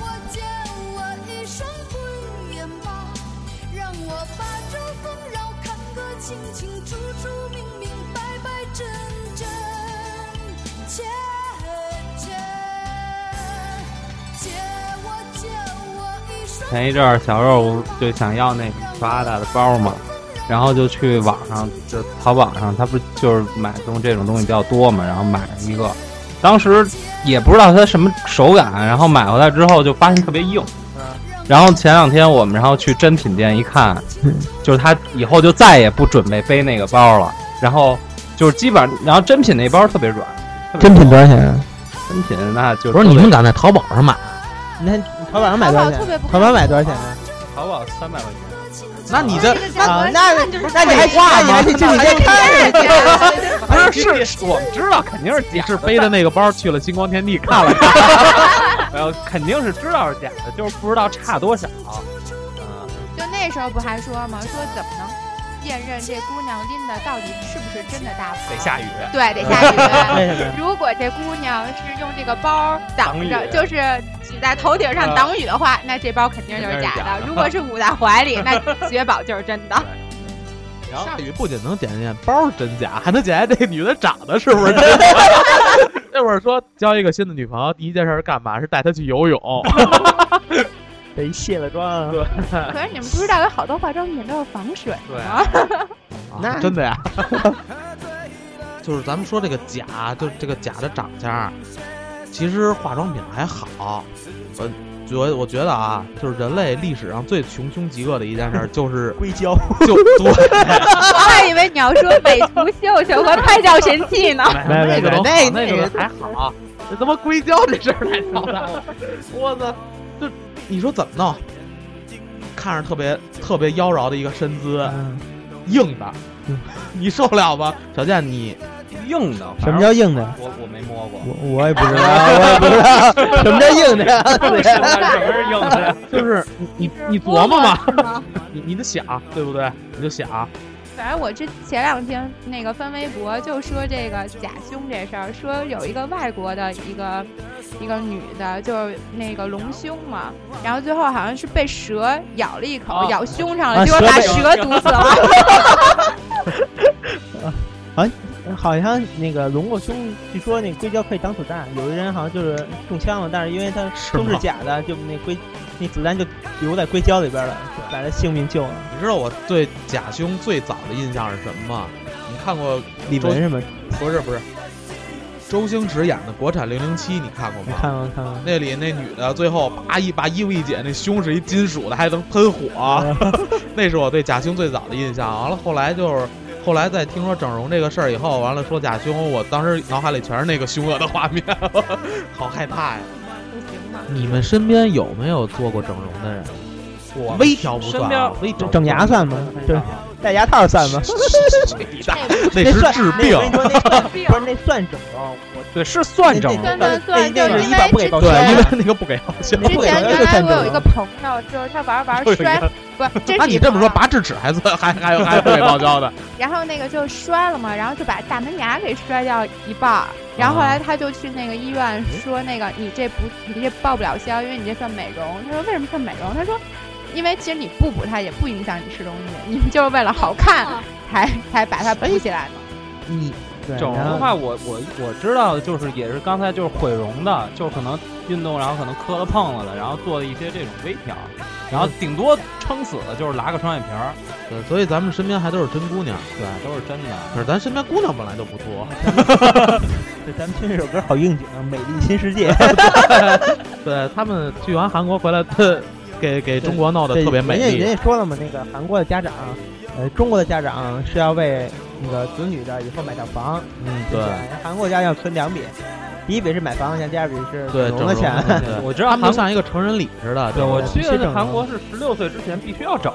Speaker 2: 我借我一双慧眼吧，让我把这纷扰看个清清楚楚、明明白白、真真切切。借我借我一双
Speaker 5: 前一阵儿小肉就想要那 Prada 的包嘛，然后就去网上，就淘宝上，他不是就是买东这种东西比较多嘛，然后买了一个，当时也不知道它什么手感，然后买回来之后就发现特别硬。然后前两天我们然后去真品店一看，就是他以后就再也不准备背那个包了。然后就是基本上，然后真品那包特别软，特别
Speaker 3: 真品多少钱啊？
Speaker 5: 真品那就
Speaker 7: 不是你们敢在淘宝上买？
Speaker 3: 你看 淘宝上买多少
Speaker 4: 淘宝特别
Speaker 3: 钱
Speaker 4: 不？
Speaker 3: 淘宝买多少钱啊？
Speaker 5: 淘宝三百块钱，
Speaker 7: 那你这
Speaker 4: 价格
Speaker 3: 啊那
Speaker 4: 就是
Speaker 3: 那你还
Speaker 4: 贵
Speaker 3: 那你还去真品店看？
Speaker 5: 不是是，我们知道肯定是
Speaker 7: 你
Speaker 5: 假
Speaker 7: 是背的那个包去了星光天地看 了，
Speaker 5: 然后肯定是知道是假的，就是不知道差多少。
Speaker 4: 就那时候不还说吗？说怎么能辨认这姑娘拎的到底是不是真的大牌？
Speaker 5: 得下雨，
Speaker 4: 对，得 下雨。
Speaker 3: 为什么呀？
Speaker 4: 如果这姑娘是用这个包挡
Speaker 5: 挡
Speaker 4: 着，
Speaker 5: 雨
Speaker 4: 就是举在头顶上
Speaker 5: 啊
Speaker 4: 挡雨的话，那这包肯定就是
Speaker 5: 肯定是
Speaker 4: 假
Speaker 5: 假的
Speaker 4: 的。如果是捂在怀 里，那雪宝就是真的。
Speaker 5: 然后
Speaker 7: 下雨不仅能检验包是真假，还能检验这女的长得是不是真的。 那会儿说交一个新的女朋友，第一件事儿干嘛？是带她去游泳。
Speaker 3: 得卸了妆啊。
Speaker 4: 可是你们不知道，有好多化妆品都是防 水
Speaker 5: 对
Speaker 4: 的。
Speaker 5: 啊
Speaker 3: 那
Speaker 7: 真的呀？ 就是咱们说这个假，就这个假的长相，其实化妆品还好。我觉我觉得啊，就是人类历史上最穷凶极恶的一件事儿，就是
Speaker 3: 硅胶，
Speaker 7: 就 对，
Speaker 4: 我还以为你要说美图秀秀和拍照神器呢。
Speaker 3: 没有没
Speaker 7: 那
Speaker 3: 有
Speaker 7: 个都
Speaker 3: 那
Speaker 7: 好那个都还好，这他妈硅胶这事儿太操蛋了！我操，就你说怎么弄？看着特别特别妖娆的一个身姿，硬的
Speaker 3: 嗯，
Speaker 7: 你受不了吗？小健，你
Speaker 5: 硬的，
Speaker 3: 什么叫硬的？
Speaker 5: 我我没摸过，
Speaker 3: 我我也不知道，我也不知 道什么叫硬的呀。
Speaker 5: 什么是硬的？
Speaker 7: 就是你你你琢磨嘛， 你你得想，对不对？你就想，
Speaker 4: 反正我之前两天那个翻微博就说这个假胸这事儿，说有一个外国的一个一个女的，就是那个隆胸嘛，然后最后好像是被蛇咬了一口，
Speaker 5: 啊
Speaker 4: 咬胸上
Speaker 3: 啊
Speaker 4: 了，结果把
Speaker 5: 蛇
Speaker 4: 蛇
Speaker 5: 被
Speaker 4: 毒死了。
Speaker 3: 好像那个隆过胸，据说那硅胶可以挡子弹，有的人好像就是中枪了，但是因为他
Speaker 7: 是
Speaker 3: 胸是
Speaker 7: 吗？
Speaker 3: 假的，就那硅那子弹就留在硅胶里边了，就把他性命救了。
Speaker 7: 你知道我对假胸最早的印象是什么吗？你看过
Speaker 3: 李
Speaker 7: 周
Speaker 3: 玟是吗？
Speaker 7: 不是不是，周星驰演的国产《零零七》，你看过
Speaker 3: 你
Speaker 7: 吗？
Speaker 3: 看过看过？
Speaker 7: 那里那女的最后啪一把衣服一解，那胸是一金属的，还能喷火，啊 那是我对假胸最早的印象。完了，后来就是后来在听说整容这个事儿以后，完了说假胸，我当时脑海里全是那个凶恶的画面，好害怕呀！
Speaker 4: 不行嘛，
Speaker 7: 你们身边有没有做过整容的人？
Speaker 5: 我
Speaker 7: 微调不
Speaker 5: 身
Speaker 7: 算啊，
Speaker 5: 边
Speaker 7: 微调啊
Speaker 3: 整牙算吗
Speaker 5: 对，
Speaker 3: 戴牙套算 吗？
Speaker 7: 那
Speaker 3: 那
Speaker 7: 是
Speaker 3: 算
Speaker 7: 治
Speaker 3: 那
Speaker 7: 病
Speaker 3: 我，跟你说那算不是那算整容，我
Speaker 5: 对，是 算整
Speaker 3: 那
Speaker 5: 容
Speaker 4: 算
Speaker 5: 的，
Speaker 4: 算算，就
Speaker 3: 那
Speaker 4: 是
Speaker 3: 是
Speaker 4: 因
Speaker 3: 医保不
Speaker 4: 为
Speaker 3: 给
Speaker 4: 之
Speaker 3: 报
Speaker 5: 对，
Speaker 3: 销
Speaker 5: 因
Speaker 4: 前
Speaker 5: 为那个不给报销。
Speaker 4: 之前
Speaker 3: 那
Speaker 4: 原
Speaker 3: 就
Speaker 4: 来
Speaker 3: 算
Speaker 4: 我有
Speaker 3: 整
Speaker 4: 一个朋友，就是他玩玩
Speaker 5: 有一
Speaker 4: 摔
Speaker 5: 个，
Speaker 4: 不，这是
Speaker 7: 那
Speaker 4: 一
Speaker 7: 啊
Speaker 4: 啊
Speaker 7: 你这么
Speaker 4: 朋友
Speaker 7: 说，拔智齿还算还还还不给报销的？
Speaker 4: 然后那个就摔了嘛，然后就把大门牙给摔掉一半儿，然后后来他就去那个医院说那个你这不你这报不了销，因为你这算美容。他说为什么算美容？他说，因为其实你不补它也不影响你吃东西，你们就是为了好 看才才把它补起来嘛。
Speaker 3: 你对，
Speaker 5: 整容
Speaker 3: 然
Speaker 5: 的
Speaker 3: 后
Speaker 5: 话，我我我知道的就是也是刚才就是毁容的，就是可能运动然后可能磕了碰了的，然后做了一些这种微调，然后顶多撑死了就是拉个双眼皮儿，
Speaker 7: 对，所以咱们身边还都是真姑娘，
Speaker 5: 对，都是真的。
Speaker 7: 可是咱身边姑娘本来就不多。
Speaker 3: 对咱们听这首歌好应景，啊《美丽新世界》
Speaker 7: 对他们去完韩国回来，呵 给给中国弄得
Speaker 3: 对
Speaker 7: 特别美
Speaker 3: 人家
Speaker 7: 丽。
Speaker 3: 人家说了嘛，那个韩国的家长，呃，中国的家长是要为那个子女的以后买套房，
Speaker 7: 嗯，
Speaker 3: 不
Speaker 7: 对
Speaker 3: 韩国家要存两笔，第一笔是买房的钱，第二笔是
Speaker 7: 对，
Speaker 3: 整容的钱。
Speaker 7: 整 容 对
Speaker 5: 我知道
Speaker 7: 他们
Speaker 5: 韩
Speaker 7: 就像一个成人礼似的。
Speaker 5: 对，我
Speaker 3: 对
Speaker 5: 记
Speaker 3: 必须整嗯
Speaker 5: 得
Speaker 3: 容
Speaker 5: 韩国是十六岁之前必须要整，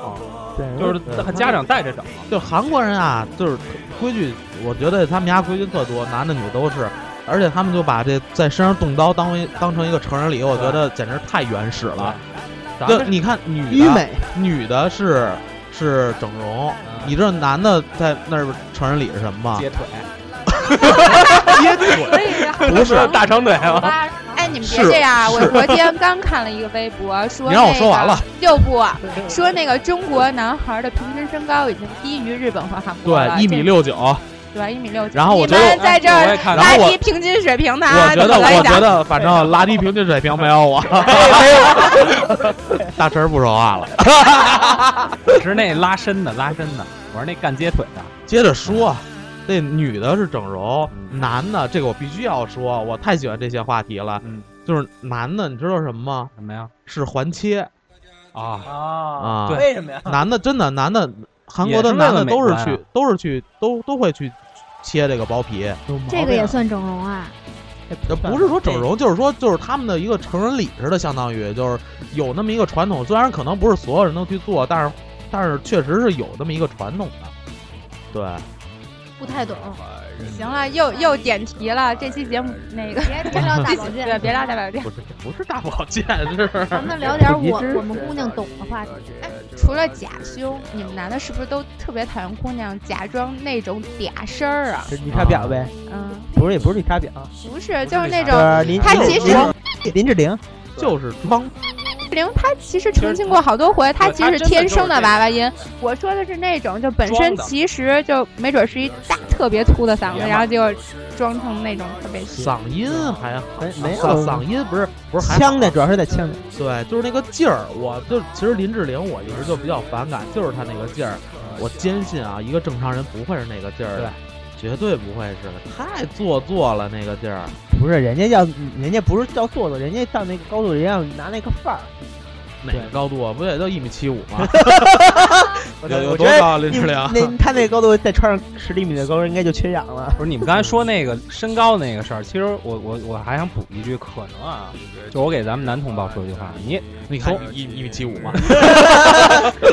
Speaker 3: 对，
Speaker 5: 就是
Speaker 4: 嗯
Speaker 7: 对
Speaker 5: 家长带着整。
Speaker 7: 就韩国人啊，就是规矩，我觉得他们家规矩特多，男的女的都是，而且他们就把这在身上动刀当为当成一个成人礼，我觉得简直太原始了。
Speaker 5: 咱
Speaker 7: 就
Speaker 5: 们
Speaker 7: 你看女
Speaker 3: 愚
Speaker 7: 的，
Speaker 3: 美，
Speaker 7: 女的是是整容，
Speaker 5: 嗯
Speaker 7: 你知道男的在那儿成人礼是什么吗？
Speaker 5: 接腿，
Speaker 7: 接腿
Speaker 6: 所以 好
Speaker 5: 不是 大长 腿啊吗？
Speaker 6: 吧？
Speaker 4: 哎，你们别
Speaker 7: 是
Speaker 4: 这样 啊！我
Speaker 7: 是
Speaker 4: 昨天刚看了一个微博，说
Speaker 7: 你让我
Speaker 4: 那
Speaker 7: 说完
Speaker 4: 个
Speaker 7: 了
Speaker 4: 六部啊说那个中国男孩的平均身高已经低于日本和韩国了，
Speaker 7: 对，一米
Speaker 4: 这，
Speaker 7: 六九。
Speaker 4: 对，一米六几。
Speaker 7: 然后我
Speaker 4: 你
Speaker 7: 觉得
Speaker 4: 们在这
Speaker 5: 我
Speaker 4: 儿
Speaker 5: 也看到
Speaker 7: 然
Speaker 4: 拉
Speaker 7: 后我
Speaker 4: 低啊平均水平呢？
Speaker 7: 我觉得，
Speaker 4: 怎么
Speaker 7: 我
Speaker 4: 来讲
Speaker 7: 觉得，反正拉低平均水平没有我。 大神不说话了，
Speaker 5: 只是那拉伸的，拉伸的，我是那干接腿的。
Speaker 7: 接着说。那女的是整容，
Speaker 5: 嗯
Speaker 7: 男的这个我必须要说，我太喜欢这些话题了。
Speaker 5: 嗯，
Speaker 7: 就是男的，你知道什么吗？
Speaker 5: 什么呀？
Speaker 7: 是环切
Speaker 5: 啊，
Speaker 3: 啊
Speaker 7: 对
Speaker 3: 为什么 呀？
Speaker 7: 男的真的男的，韩国的
Speaker 5: 也是为了
Speaker 7: 男的都是
Speaker 5: 美观啊
Speaker 7: 去都是去都都会去切这个包皮，
Speaker 3: 有毛病
Speaker 6: 这个也算整容啊？
Speaker 3: 这
Speaker 7: 不是说整容，就是说就是他们的一个成人礼似的，相当于就是有那么一个传统，虽然可能不是所有人都去做，但是但是确实是有那么一个传统的。对，
Speaker 6: 不太懂。
Speaker 4: 行了，又又点题了。这期节目那 个，
Speaker 6: 别别聊大保
Speaker 4: 对，
Speaker 6: 健，
Speaker 4: 别拉大保健。
Speaker 7: 不是不是大保健，这是
Speaker 6: 咱们聊点
Speaker 3: 移
Speaker 6: 我
Speaker 3: 植
Speaker 6: 我们姑娘懂的话题。
Speaker 4: 除了假胸，你们男的是不是都特别讨厌姑娘假装那种嗲声儿啊？
Speaker 3: 就是绿茶婊呗，
Speaker 4: 嗯，
Speaker 3: 不是也不是绿茶婊，
Speaker 4: 不是，就是那
Speaker 3: 就是
Speaker 4: 种
Speaker 3: 呃林
Speaker 4: 他
Speaker 3: 林
Speaker 4: 其实
Speaker 3: 林林志玲，
Speaker 7: 就是装
Speaker 4: 玲，她其实澄清过好多回，她其实是天生的娃娃音。我说的是那种，就本身
Speaker 5: 装的
Speaker 4: 其实就没准是一大特别粗的嗓子，
Speaker 5: 爷们儿
Speaker 4: 然后就装成那种特别细。
Speaker 7: 嗓音还好，
Speaker 3: 没没有嗯
Speaker 7: 嗓嗓音不是不是还好
Speaker 3: 腔的主要是在腔的，
Speaker 7: 对，就是那个劲儿。我就其实林志玲我一直就比较反感，就是她那个劲儿。我坚信啊，一个正常人不会是那个劲儿的，绝对不会是，太做作了那个劲儿。
Speaker 3: 不是人家要人家不是叫做作，人家到那个高度人家要拿那个范儿。
Speaker 7: 哪个高度啊？不也就一米七五 吗？
Speaker 3: 我
Speaker 7: 有有
Speaker 3: 我
Speaker 7: 多
Speaker 3: 觉得
Speaker 7: 高林
Speaker 3: 你
Speaker 7: 志玲
Speaker 3: 那他那高度再穿上十厘米的高跟，应该就缺氧 了。
Speaker 5: 不是你们刚才说那个身高那个事儿，其实我我我还想补一句，可能啊，就我给咱们男同胞说一句话，你
Speaker 7: 你看一一米七五吗？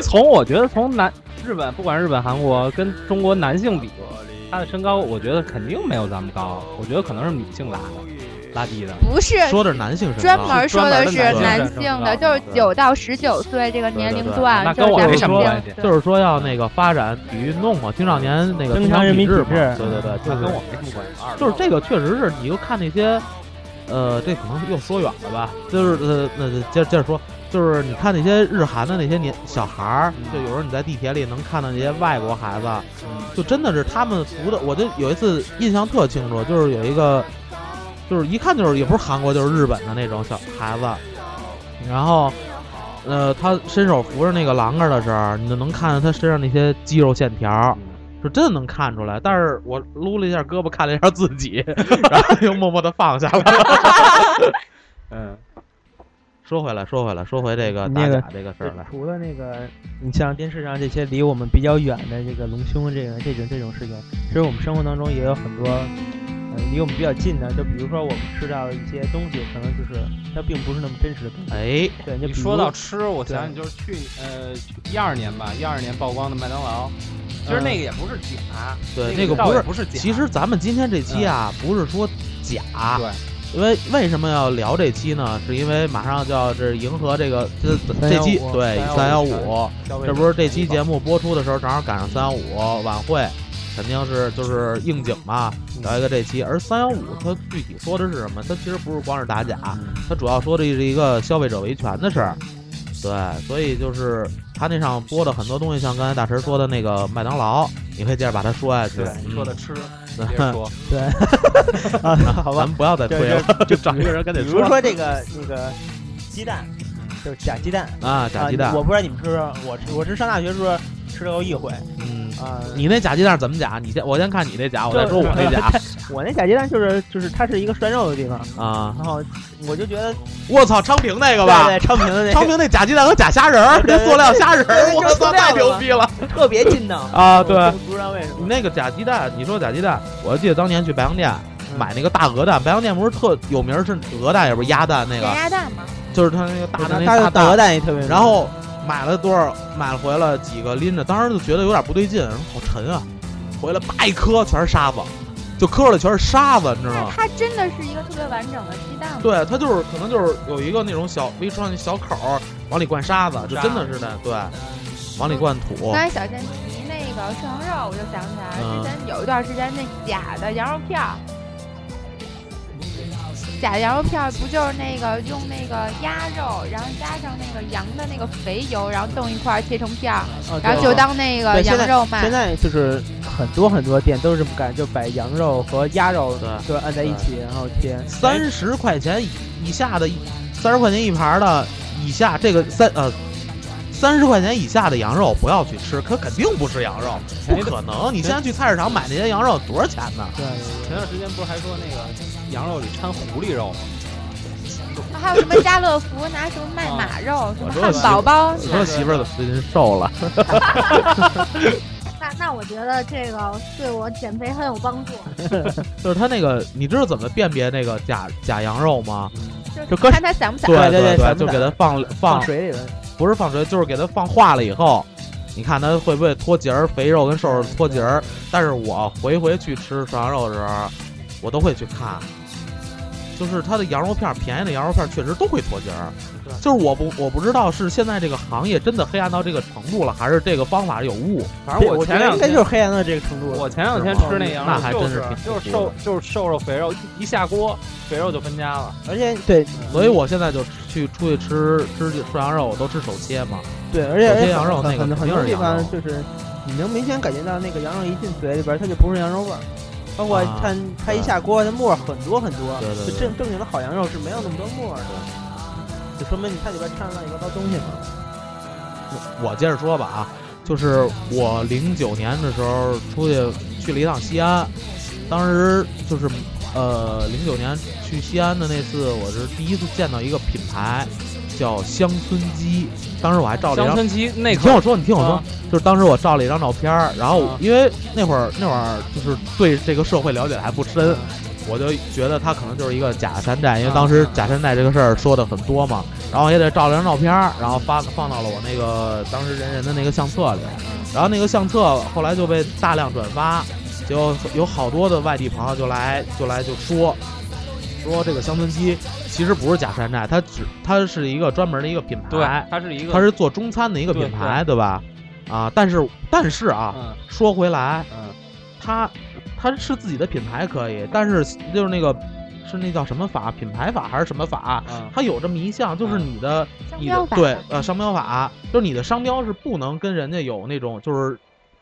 Speaker 5: 从我觉得从男日本，不管日本、韩国跟中国男性比，他的身高我觉得肯定没有咱们高，我觉得可能是女性拉的，拉低的。
Speaker 4: 不是
Speaker 7: 说的是男性啊身高，
Speaker 4: 专门说的是
Speaker 7: 专门
Speaker 4: 男
Speaker 5: 的
Speaker 4: 性
Speaker 5: 男
Speaker 4: 的，
Speaker 5: 性
Speaker 4: 就是
Speaker 5: 对
Speaker 4: 九到十九岁这个年龄
Speaker 7: 啊对对
Speaker 4: 段，
Speaker 5: 那
Speaker 4: 就是
Speaker 5: 跟我
Speaker 4: 咱
Speaker 5: 没
Speaker 4: 们
Speaker 5: 什么关系
Speaker 4: 这，
Speaker 7: 就是说要那个发展体育运动嘛，青少年那个
Speaker 3: 增强人民
Speaker 7: 体
Speaker 3: 体
Speaker 7: 制
Speaker 3: 制
Speaker 7: 嘛，对对对，
Speaker 5: 嗯那
Speaker 7: 就是
Speaker 5: 跟我没什么关系。
Speaker 7: 就是这个确实是，你就看那些，呃，这可能又缩远了吧？就是呃，那那接着接着说，就是你看那些日韩的那些年小孩儿，就有时候你在地铁里能看到那些外国孩子，就真的是他们服的。我就有一次印象特清楚，就是有一个，就是一看就是也不是韩国就是日本的那种小孩子，然后。呃，他伸手扶着那个栏杆的时候，你就能看到他身上那些肌肉线条，是真的能看出来，但是我撸了一下胳膊，看了一下自己， 然后又默默的放下了。
Speaker 5: 嗯，
Speaker 7: 说回来，说回来，说回这个
Speaker 3: 那
Speaker 7: 打
Speaker 3: 个
Speaker 7: 假这个事儿来，
Speaker 3: 除了那个，你像电视上这些离我们比较远的这个隆胸这个这种这种事情，其实我们生活当中也有很多呃离我们比较近的，就比如说我们吃到的一些东西，可能就是它并不是那么真实的东西。
Speaker 7: 哎，
Speaker 3: 对，就
Speaker 5: 你
Speaker 3: 比如
Speaker 5: 说到吃，我
Speaker 3: 对
Speaker 5: 想起就是去呃一二年吧，一二年曝光的麦当劳，其实那个也不是假，
Speaker 7: 嗯对，
Speaker 5: 那
Speaker 7: 个
Speaker 5: 倒
Speaker 7: 不
Speaker 5: 也
Speaker 7: 是，
Speaker 5: 不是假，嗯
Speaker 7: 其实咱们今天这期啊，不是说假，
Speaker 5: 对，
Speaker 7: 因为为什么要聊这期呢？是因为马上就要这迎合这个这这这期
Speaker 3: 315
Speaker 7: 对
Speaker 5: 315
Speaker 7: 三幺五，
Speaker 5: 消费
Speaker 7: 这
Speaker 5: 者
Speaker 7: 不是这期
Speaker 5: 的欲
Speaker 7: 节目播出的时候正好赶上三幺五晚会，肯定是就是应景嘛，
Speaker 5: 嗯
Speaker 7: 聊一个这期。而三幺五它具体说的是什么？它其实不是光是打假，
Speaker 5: 望，嗯
Speaker 7: 它主要说的是一个消费者维权的事儿。对，所以就是他那上播的很多东西，像刚才大神说的那个麦当劳，你可以接着把它说下去。
Speaker 5: 对，你说的吃，
Speaker 7: 嗯
Speaker 5: 接 着说，
Speaker 3: 对啊，好
Speaker 7: 咱
Speaker 3: 吧
Speaker 7: 们，不要再
Speaker 3: 就
Speaker 7: 推了
Speaker 3: 就就
Speaker 5: 找一个人跟
Speaker 3: 比
Speaker 5: 得
Speaker 3: 如说这个那个鸡蛋，就是假鸡蛋。
Speaker 7: 啊！假鸡
Speaker 3: 啊
Speaker 7: 蛋
Speaker 3: 我，不知道你们吃不吃，我吃我是上大学时候吃过一回
Speaker 7: 嗯，
Speaker 3: 啊。
Speaker 7: 你那假鸡蛋怎么假？你先我先看你那假，我再说我那假
Speaker 3: 我那假鸡蛋就是就是它是一个涮肉的地方，
Speaker 7: 啊！
Speaker 3: 然后我就觉得
Speaker 7: 我操，昌平那个吧，
Speaker 3: 对对，昌平的那
Speaker 7: 昌平那假鸡蛋和假虾仁儿，
Speaker 3: 对对
Speaker 7: 跟
Speaker 3: 对
Speaker 7: 塑料虾仁儿，
Speaker 3: 对
Speaker 7: 我
Speaker 3: 就是
Speaker 7: 操，
Speaker 3: 塑料
Speaker 7: 太
Speaker 3: 的
Speaker 7: 牛
Speaker 3: 嘛
Speaker 7: 逼了
Speaker 3: 个特别劲道。
Speaker 7: 啊！对，
Speaker 3: 我不知道为什
Speaker 7: 你
Speaker 3: 么。
Speaker 7: 那个假鸡蛋，你说假鸡蛋，我记得当年去白洋淀
Speaker 3: 嗯
Speaker 7: 买那个大鹅蛋，白洋淀不是特有名儿是鹅蛋，也不是鸭蛋那
Speaker 4: 咸
Speaker 7: 个，
Speaker 4: 鸭蛋嘛，
Speaker 7: 就是它那个大的
Speaker 3: 对
Speaker 7: 那
Speaker 3: 啊它
Speaker 7: 大嗯
Speaker 3: 它打鹅
Speaker 7: 蛋，
Speaker 3: 蛋也特别。
Speaker 7: 然后买了多少，买了回了几个拎着，当时就觉得有点不对劲，说好沉啊，回来叭一磕全是沙子，就磕了全是沙子，你知道
Speaker 4: 但
Speaker 7: 吗
Speaker 4: 是？它真的是一个特别完整的鸡蛋嘛。
Speaker 7: 嗯对，它就是可能就是有一个那种小微创那小口儿，往里灌沙子，就真的是那对，往里灌
Speaker 4: 刚。
Speaker 7: 土
Speaker 4: 才小郑提那个涮羊肉，我就想起来
Speaker 7: 嗯
Speaker 4: 之前有一段时间那假的羊肉片儿，假的羊肉片儿不就是那个用那个鸭肉，然后加上那个羊的那个肥油，然后冻一块儿切成片儿，
Speaker 7: 嗯
Speaker 3: 哦对
Speaker 4: 然后就当那个
Speaker 3: 对现
Speaker 4: 羊
Speaker 3: 在
Speaker 4: 肉卖。
Speaker 7: 啊
Speaker 3: 现在就是很多很多店都是这么干，就把羊肉和鸭肉
Speaker 7: 对啊
Speaker 3: 就按在一起，然后切。
Speaker 7: 三十块钱以以下的，三十块钱一盘儿的以下，这个三呃。三十块钱以下的羊肉不要去吃，可肯定不是羊肉，不可能。你现在去菜市场买那些羊肉多少钱呢？
Speaker 3: 对，啊
Speaker 5: 前段时间不是还说那个羊肉里掺狐狸肉吗？
Speaker 4: 还有什么家乐福拿什么卖马肉，什
Speaker 7: 我
Speaker 4: 么
Speaker 7: 说
Speaker 4: 汉堡包，
Speaker 7: 你说媳妇儿怎么最近瘦了？
Speaker 6: 那那我觉得这个对我减肥很有帮助。
Speaker 7: 就是他那个，你知道怎么辨别那个假假羊肉吗？
Speaker 3: 就搁
Speaker 4: 看它散不散。
Speaker 3: 对
Speaker 7: 对
Speaker 3: 对咱们
Speaker 7: 就
Speaker 3: 的
Speaker 7: 给它放放
Speaker 3: 放水里了。
Speaker 7: 不是放水，就是给它放化了以后，你看它会不会脱节儿，肥肉跟瘦肉脱节儿。但是我回回去吃涮羊肉的时候，我都会去看，就是它的羊肉片儿，便宜的羊肉片儿确实都会脱节儿。就是我不我不知道是现在这个行业真的黑暗到这个程度了，还是这个方法有误。
Speaker 5: 反正
Speaker 3: 觉
Speaker 5: 我前
Speaker 3: 得
Speaker 5: 两
Speaker 3: 应该
Speaker 5: 天
Speaker 3: 就是黑暗到这个程度了。
Speaker 5: 我前两天
Speaker 7: 是吗
Speaker 5: 吃那羊
Speaker 7: 那还
Speaker 5: 肉就
Speaker 7: 真是挺
Speaker 5: 就
Speaker 7: 不
Speaker 5: 是
Speaker 7: 错
Speaker 5: 瘦就是瘦肉肥肉一下锅肥肉就分家了，
Speaker 3: 而且对
Speaker 7: 所以我现在就去出去吃吃涮羊肉，我都吃手切嘛。
Speaker 3: 对，而且
Speaker 7: 有
Speaker 3: 而
Speaker 7: 些
Speaker 3: 且
Speaker 7: 羊肉
Speaker 3: 很
Speaker 7: 那
Speaker 3: 很很
Speaker 7: 个肯定
Speaker 3: 多
Speaker 7: 是
Speaker 3: 地
Speaker 7: 羊
Speaker 3: 方
Speaker 7: 肉
Speaker 3: 就是你能明显感觉到那个羊肉一进嘴里边儿，它就不是羊肉味儿。包括
Speaker 7: 啊
Speaker 3: 它它一下锅，它沫儿很多很多。
Speaker 7: 对对对
Speaker 3: 就正正经的好羊肉是没有那么多沫儿的，就说明你它里边掺了乱七八糟东西嘛。
Speaker 7: 我接着说吧啊，就是我零九年的时候出去去了一趟西安，当时就是呃零九年去西安的那次，我是第一次见到一个品牌叫乡村鸡，当时我还照了一
Speaker 5: 乡
Speaker 7: 张。
Speaker 5: 村鸡那
Speaker 7: 你听
Speaker 5: 口
Speaker 7: 我说，你听我说，
Speaker 5: 啊
Speaker 7: 就是当时我照了一张照片儿，然后
Speaker 5: 啊
Speaker 7: 因为那会儿那会儿就是对这个社会了解的还不深，我就觉得它可能就是一个假山寨，因为当时假山寨这个事儿说的很多嘛，然后也得照了张照片儿，然后发放到了我那个当时人人的那个相册里，然后那个相册后来就被大量转发，结果有好多的外地朋友就来就来就说。说这个乡村鸡其实不是假山寨，它只它是一个专门的一个品牌，
Speaker 5: 对，它是一个
Speaker 7: 它是做中餐的一个品牌，对吧？啊，但是但是啊，
Speaker 5: 嗯
Speaker 7: 说回来，
Speaker 5: 嗯
Speaker 7: 它它是自己的品牌可以，但是就是那个是那叫什么法，品牌法还是什么法？
Speaker 5: 嗯
Speaker 7: 它有这么一项，就是你的、
Speaker 4: 商
Speaker 7: 你
Speaker 4: 标
Speaker 7: 的
Speaker 4: 法
Speaker 7: 对呃商标法，就是你的商标是不能跟人家有那种就是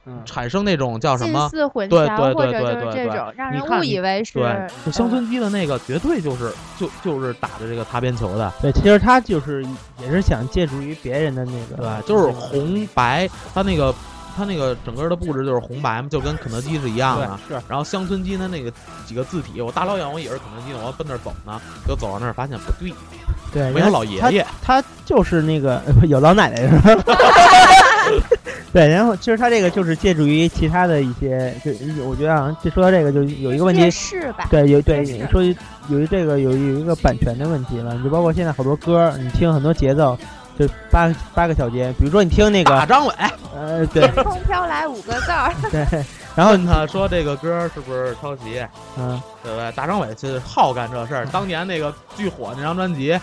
Speaker 5: 嗯
Speaker 7: 产生那种叫什
Speaker 4: 近
Speaker 7: 么？
Speaker 4: 似混
Speaker 7: 对
Speaker 4: 淆，
Speaker 7: 对
Speaker 4: 或
Speaker 7: 对
Speaker 4: 者
Speaker 7: 对
Speaker 4: 就是
Speaker 7: 对对
Speaker 4: 这种让
Speaker 7: 你
Speaker 4: 人
Speaker 7: 看
Speaker 4: 误
Speaker 7: 你
Speaker 4: 以为是
Speaker 7: 对，就乡
Speaker 4: 嗯
Speaker 7: 村鸡的那个绝对就是就就是打着这个擦边球的，
Speaker 3: 对，其实它就是也是想借助于别人的那个，
Speaker 7: 对，就是红白，它那个它那个整个的布置就是红白嘛，就跟肯德基是一样的。
Speaker 5: 对是
Speaker 7: 然后乡村鸡它那个几个字体，我大老远我以为是肯德基呢，我要奔那儿走呢，就走到那儿发现不对，
Speaker 3: 对，
Speaker 7: 没有老爷爷，
Speaker 3: 他就是那个有老奶奶是吧？ 对，然后其实它这个就是借助于其他的一些，就我觉得啊，就说到这个，就有一个问题
Speaker 4: 夜，市吧，
Speaker 3: 对，有对
Speaker 4: 确实
Speaker 3: 说有一这个有有一个版权的问题了，就包括现在好多歌儿，你听很多节奏，就八八个小节，比如说你听那
Speaker 7: 打
Speaker 3: 个
Speaker 7: 张伟，
Speaker 3: 呃对
Speaker 4: 天空飘来五个字儿，
Speaker 3: 对，然后
Speaker 7: 问
Speaker 3: 你
Speaker 7: 他说这个歌是不是抄袭，
Speaker 3: 嗯
Speaker 7: 对不对？大张伟就是好干这事儿。当年那个巨火那张专辑，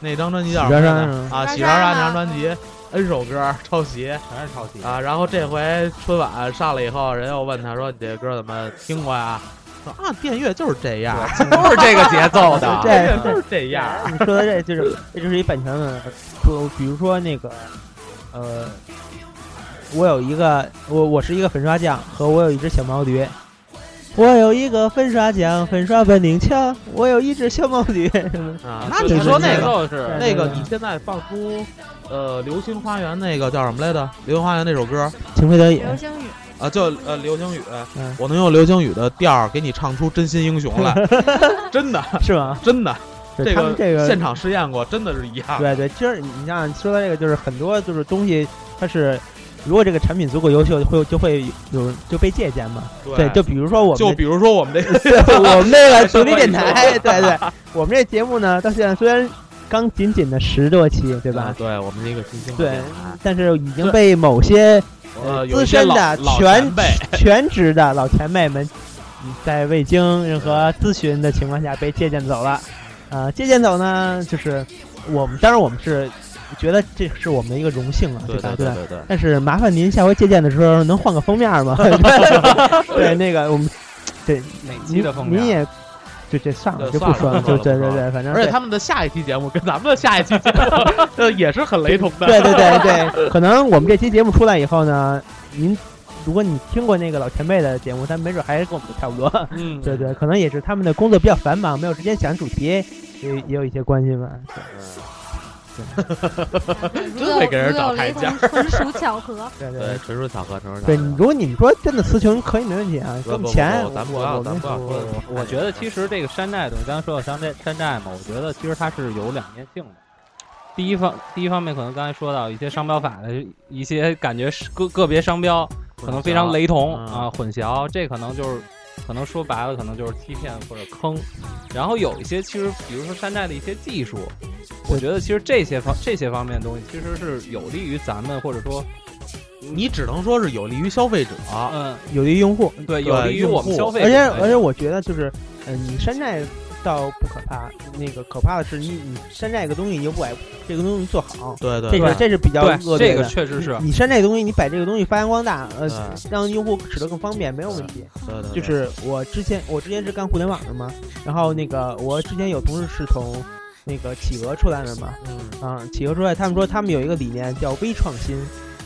Speaker 7: 那张专辑叫什么
Speaker 3: 喜山山
Speaker 7: 来
Speaker 3: 是
Speaker 7: 着？
Speaker 3: 吗，
Speaker 7: 啊，
Speaker 4: 喜
Speaker 7: 喜
Speaker 4: 山
Speaker 7: 山
Speaker 4: 山
Speaker 7: 山那张
Speaker 4: 啊
Speaker 7: 专辑 N 首歌抄袭
Speaker 5: 全是抄 袭。
Speaker 7: 啊。然后这回春晚上来以后，人又问他说：“你这歌怎么听过呀？”说啊，电乐就是这样，都是这个节奏的啊
Speaker 3: 对
Speaker 7: 电乐就是这样。
Speaker 3: 你说的这就是这就是一版权问题，就比如说那个呃，我有一个我我是一个粉刷匠，和我有一只小毛驴。我有一个粉刷匠，粉刷本领强。我有一只小毛驴，
Speaker 7: 啊，
Speaker 5: 那
Speaker 7: 那
Speaker 5: 你
Speaker 7: 你
Speaker 3: 对
Speaker 7: 说
Speaker 3: 对
Speaker 7: 那
Speaker 5: 节
Speaker 7: 个
Speaker 5: 奏是
Speaker 7: 那个
Speaker 3: 对对
Speaker 7: 你现在放出，呃，《流星花园》那个叫什么来着？《流星花园》那首歌
Speaker 3: 情非得已。
Speaker 4: 流星雨，
Speaker 7: 啊，叫呃流星雨
Speaker 3: 嗯，
Speaker 7: 我能用流星雨的调儿给你唱出《真心英雄》 来，真的，
Speaker 3: 是吗？
Speaker 7: 真的，
Speaker 3: 对
Speaker 7: 这
Speaker 3: 他们
Speaker 7: 个
Speaker 3: 这个
Speaker 7: 现场试验过，真的是一样。
Speaker 3: 对对，其实你像说到这个，就是很多就是东西，它是如果这个产品足够优秀，就会就会有就被借鉴嘛。对，就比如说我
Speaker 7: 就
Speaker 3: 们
Speaker 7: 比如说我们这个，
Speaker 3: 这 我们这个独立电 台，对对，我们这节目呢，到现在虽然刚仅仅的十多期，对
Speaker 7: 对
Speaker 3: 吧？
Speaker 7: 对，我们这个新兴
Speaker 3: 对
Speaker 7: 电台，
Speaker 3: 但是已经被某些
Speaker 7: 呃，有
Speaker 3: 资
Speaker 7: 一些
Speaker 3: 深
Speaker 7: 老
Speaker 3: 的
Speaker 7: 老
Speaker 3: 全
Speaker 7: 前辈，
Speaker 3: 全职的老前辈们，在未经任何咨询的情况下被借鉴走了。呃，借鉴走呢，就是我们当然我们是觉得这是我们的一个荣幸了，
Speaker 7: 对
Speaker 3: 吧？对
Speaker 7: 对
Speaker 3: 吧
Speaker 7: 对对，
Speaker 3: 但是麻烦您下回借鉴的时候能换个封面 吗？对，那个我们对
Speaker 5: 哪期
Speaker 3: 您
Speaker 5: 的封
Speaker 3: 您
Speaker 5: 面？
Speaker 3: 也就这算了， 就
Speaker 7: 就算
Speaker 3: 不
Speaker 7: 了
Speaker 3: 说了，
Speaker 7: 不说
Speaker 3: 就对
Speaker 7: 了不说
Speaker 3: 对
Speaker 7: 了
Speaker 3: 对，反正
Speaker 7: 而且
Speaker 3: 对
Speaker 7: 他们的下一期节目跟咱们的下一期节目， 呃，也是很雷同的。
Speaker 3: 对对对对，可能我们这期节目出来以后呢，您如果你听过那个老前辈的节目，他没准还是跟我们的差不多。
Speaker 5: 嗯，
Speaker 3: 对对，可能也是他们的工作比较繁忙，没有时间想主题，也也有一些关系吧。
Speaker 7: 真会给人找台阶儿
Speaker 6: 纯属巧 合。
Speaker 3: 对对
Speaker 7: 对
Speaker 3: 对，
Speaker 7: 纯属巧合，纯属巧
Speaker 3: 对，你
Speaker 7: 合。
Speaker 3: 如果你们说真的词穷可以没问题啊，
Speaker 7: 不
Speaker 3: 给我们
Speaker 7: 不
Speaker 3: 钱
Speaker 7: 不，咱不
Speaker 3: 我
Speaker 7: 要
Speaker 3: 我
Speaker 7: 咱
Speaker 3: 们
Speaker 7: 不要
Speaker 3: 我
Speaker 7: 说
Speaker 3: 我
Speaker 7: 了
Speaker 5: 我觉得其实这个山寨的，我刚才说到山寨山寨嘛，我觉得其实它是有两面性的。第一方第一方面，可能刚才说到一些商标法的一些感觉是个个别商标可能非常雷同
Speaker 7: 混淆
Speaker 5: 啊，混淆，这可能就是可能说白了，可能就是欺骗或者坑。然后有一些其实，比如说山寨的一些技术，我觉得其实这些方这些方面的东西其实是有利于咱们，或者说
Speaker 7: 你只能说是有利于消费者，
Speaker 5: 嗯，
Speaker 3: 有利于用户，
Speaker 5: 对，有利于我们
Speaker 7: 用户
Speaker 5: 消费者
Speaker 3: 而且
Speaker 5: 来讲。
Speaker 3: 而且我觉得就是，嗯、你山寨倒不可怕，那个可怕的是你你山寨一个东西你又不把这个东西做好，
Speaker 7: 对对
Speaker 3: 这
Speaker 7: 对
Speaker 3: 是这是比较恶劣
Speaker 5: 对，这
Speaker 3: 的。
Speaker 5: 个确实是。
Speaker 3: 你山寨东西，你把这个东西发扬光大，呃
Speaker 7: 对，
Speaker 3: 让用户使得更方便，没有问题。
Speaker 7: 对对，
Speaker 3: 就是我之前我之前是干互联网的嘛，然后那个我之前有同事是从那个企鹅出来的嘛，
Speaker 7: 嗯
Speaker 3: 啊，企鹅出来，他们说他们有一个理念叫微创新。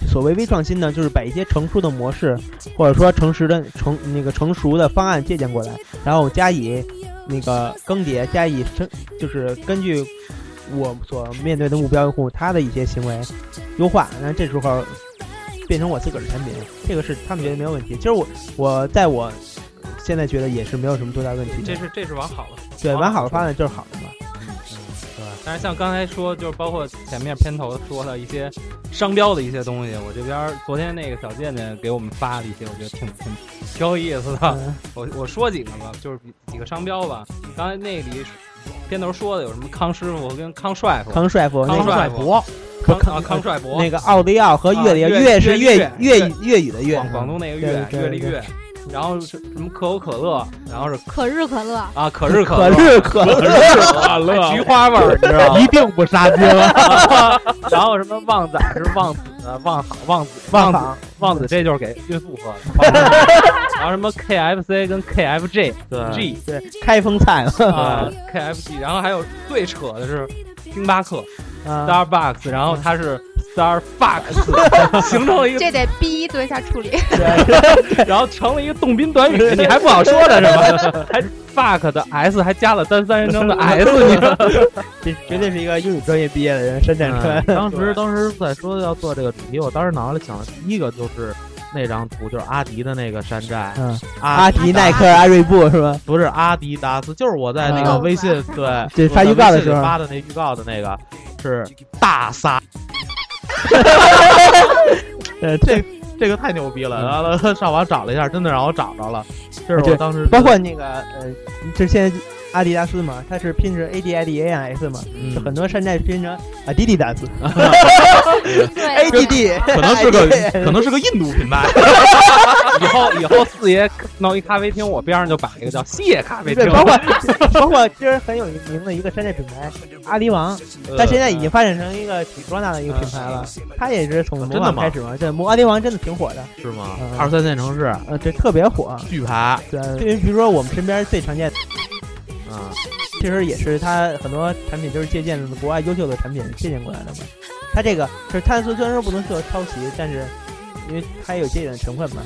Speaker 3: 所谓微创新呢，就是把一些成熟的模式，或者说成熟的成那个成熟的方案借鉴过来，然后加以那个更迭，加以深，就是根据我所面对的目标用户他的一些行为优化，那这时候变成我自个儿的产品，这个是他们觉得没有问题。其实我我在我现在觉得也是没有什么多大问题的，
Speaker 5: 这是这是往好了，
Speaker 3: 对
Speaker 5: 往
Speaker 3: 往
Speaker 5: 好
Speaker 3: 好的
Speaker 5: 处
Speaker 3: 发展就是好的嘛。
Speaker 5: 对。但是像刚才说，就是包括前面片头说的一些商标的一些东西，我这边儿昨天那个小健健给我们发了一些，我觉得挺挺挺有意思的。
Speaker 3: 嗯
Speaker 5: 我我说几个吧，就是几个商标吧。刚才那里片头说的有什么康师傅跟康帅傅，
Speaker 3: 哦康帅傅，那
Speaker 5: 康
Speaker 3: 个
Speaker 5: 帅
Speaker 7: 博，
Speaker 5: 康
Speaker 3: 康
Speaker 5: 啊康帅伯，
Speaker 3: 那个奥利奥和越里，
Speaker 5: 啊越
Speaker 3: 越是
Speaker 5: 越
Speaker 3: 粤
Speaker 5: 越
Speaker 3: 粤语粤语的粤，
Speaker 5: 广广东那个
Speaker 3: 对
Speaker 5: 粤
Speaker 3: 对
Speaker 5: 粤里
Speaker 3: 对
Speaker 5: 粤，然后是什么可口可乐，然后是
Speaker 6: 可日可乐，
Speaker 5: 啊可日
Speaker 3: 可
Speaker 5: 乐。
Speaker 3: 日可乐，
Speaker 5: 可乐，菊花味儿，你知 道吗？
Speaker 7: 一定不杀 鸡了。
Speaker 5: 然后什么旺仔是旺子，呃旺好旺子
Speaker 3: 忘
Speaker 5: 子
Speaker 3: 了
Speaker 5: 旺子，这就是给孕妇喝的。 然后什么 KFC 跟 KFG
Speaker 7: 对
Speaker 5: G
Speaker 3: 对开封 菜
Speaker 5: 啊 KFG，然后还有最扯的是星巴克
Speaker 3: 啊，
Speaker 5: Starbucks，然后它是 Starbucks，形成了一
Speaker 4: 这得逼做一下处理。
Speaker 5: 个，然后成了一个动宾 短语，你还不好说的是吧？还 fuck 的 s 还加了单三人 称的 s，你知道吗
Speaker 3: 这绝对是一个英语专业毕业的人，深圳出来
Speaker 7: 嗯当时当时在说要做这个主题，我当时脑子里想的第一个就是那张图，就是阿迪的那个山寨，
Speaker 3: 嗯，
Speaker 7: 阿
Speaker 3: 阿迪、耐克、阿瑞布是吧？
Speaker 7: 不是阿迪达斯，就是我在那个
Speaker 6: 啊
Speaker 7: 微信对
Speaker 3: 对
Speaker 7: 我在
Speaker 3: 发预告的时候
Speaker 7: 微信里发的 那预告的那个是大撒。呃，这这个太牛逼了！然后他上网找了一下，真的让我找着了。这是我
Speaker 3: 嗯啊对
Speaker 7: 当时
Speaker 3: 包括那个呃，这现在阿迪达斯嘛，它是拼成 A D I D A N S 嘛，
Speaker 7: 嗯
Speaker 3: 就很多山寨拼成啊滴滴 达斯
Speaker 6: 对
Speaker 3: A D D，
Speaker 7: 可能 是
Speaker 3: 哎
Speaker 7: 个可能是个印度品牌，
Speaker 5: 以后以后四爷弄一咖啡厅，我边上就摆一个叫谢咖啡厅呃
Speaker 3: 对，，包括包括今儿很有名的一个山寨品牌阿迪王，
Speaker 7: 呃
Speaker 3: 它现在已经发展成一个挺壮大的一个品牌了，它也是从模
Speaker 7: 哦真的
Speaker 3: 仿
Speaker 7: 吗
Speaker 3: 开始嘛，对，模阿迪王真的挺火的，
Speaker 7: 是吗
Speaker 3: 嗯？
Speaker 7: 二三线城市
Speaker 3: 呃，对，特别火，
Speaker 7: 巨牌，
Speaker 3: 对，对于比如说我们身边最常见的，
Speaker 7: 嗯，
Speaker 3: 其实也是它很多产品就是借鉴了国外优秀的产品借鉴过来的嘛。它这个就是它虽然说不能说抄袭，但是因为它有借鉴的成分嘛。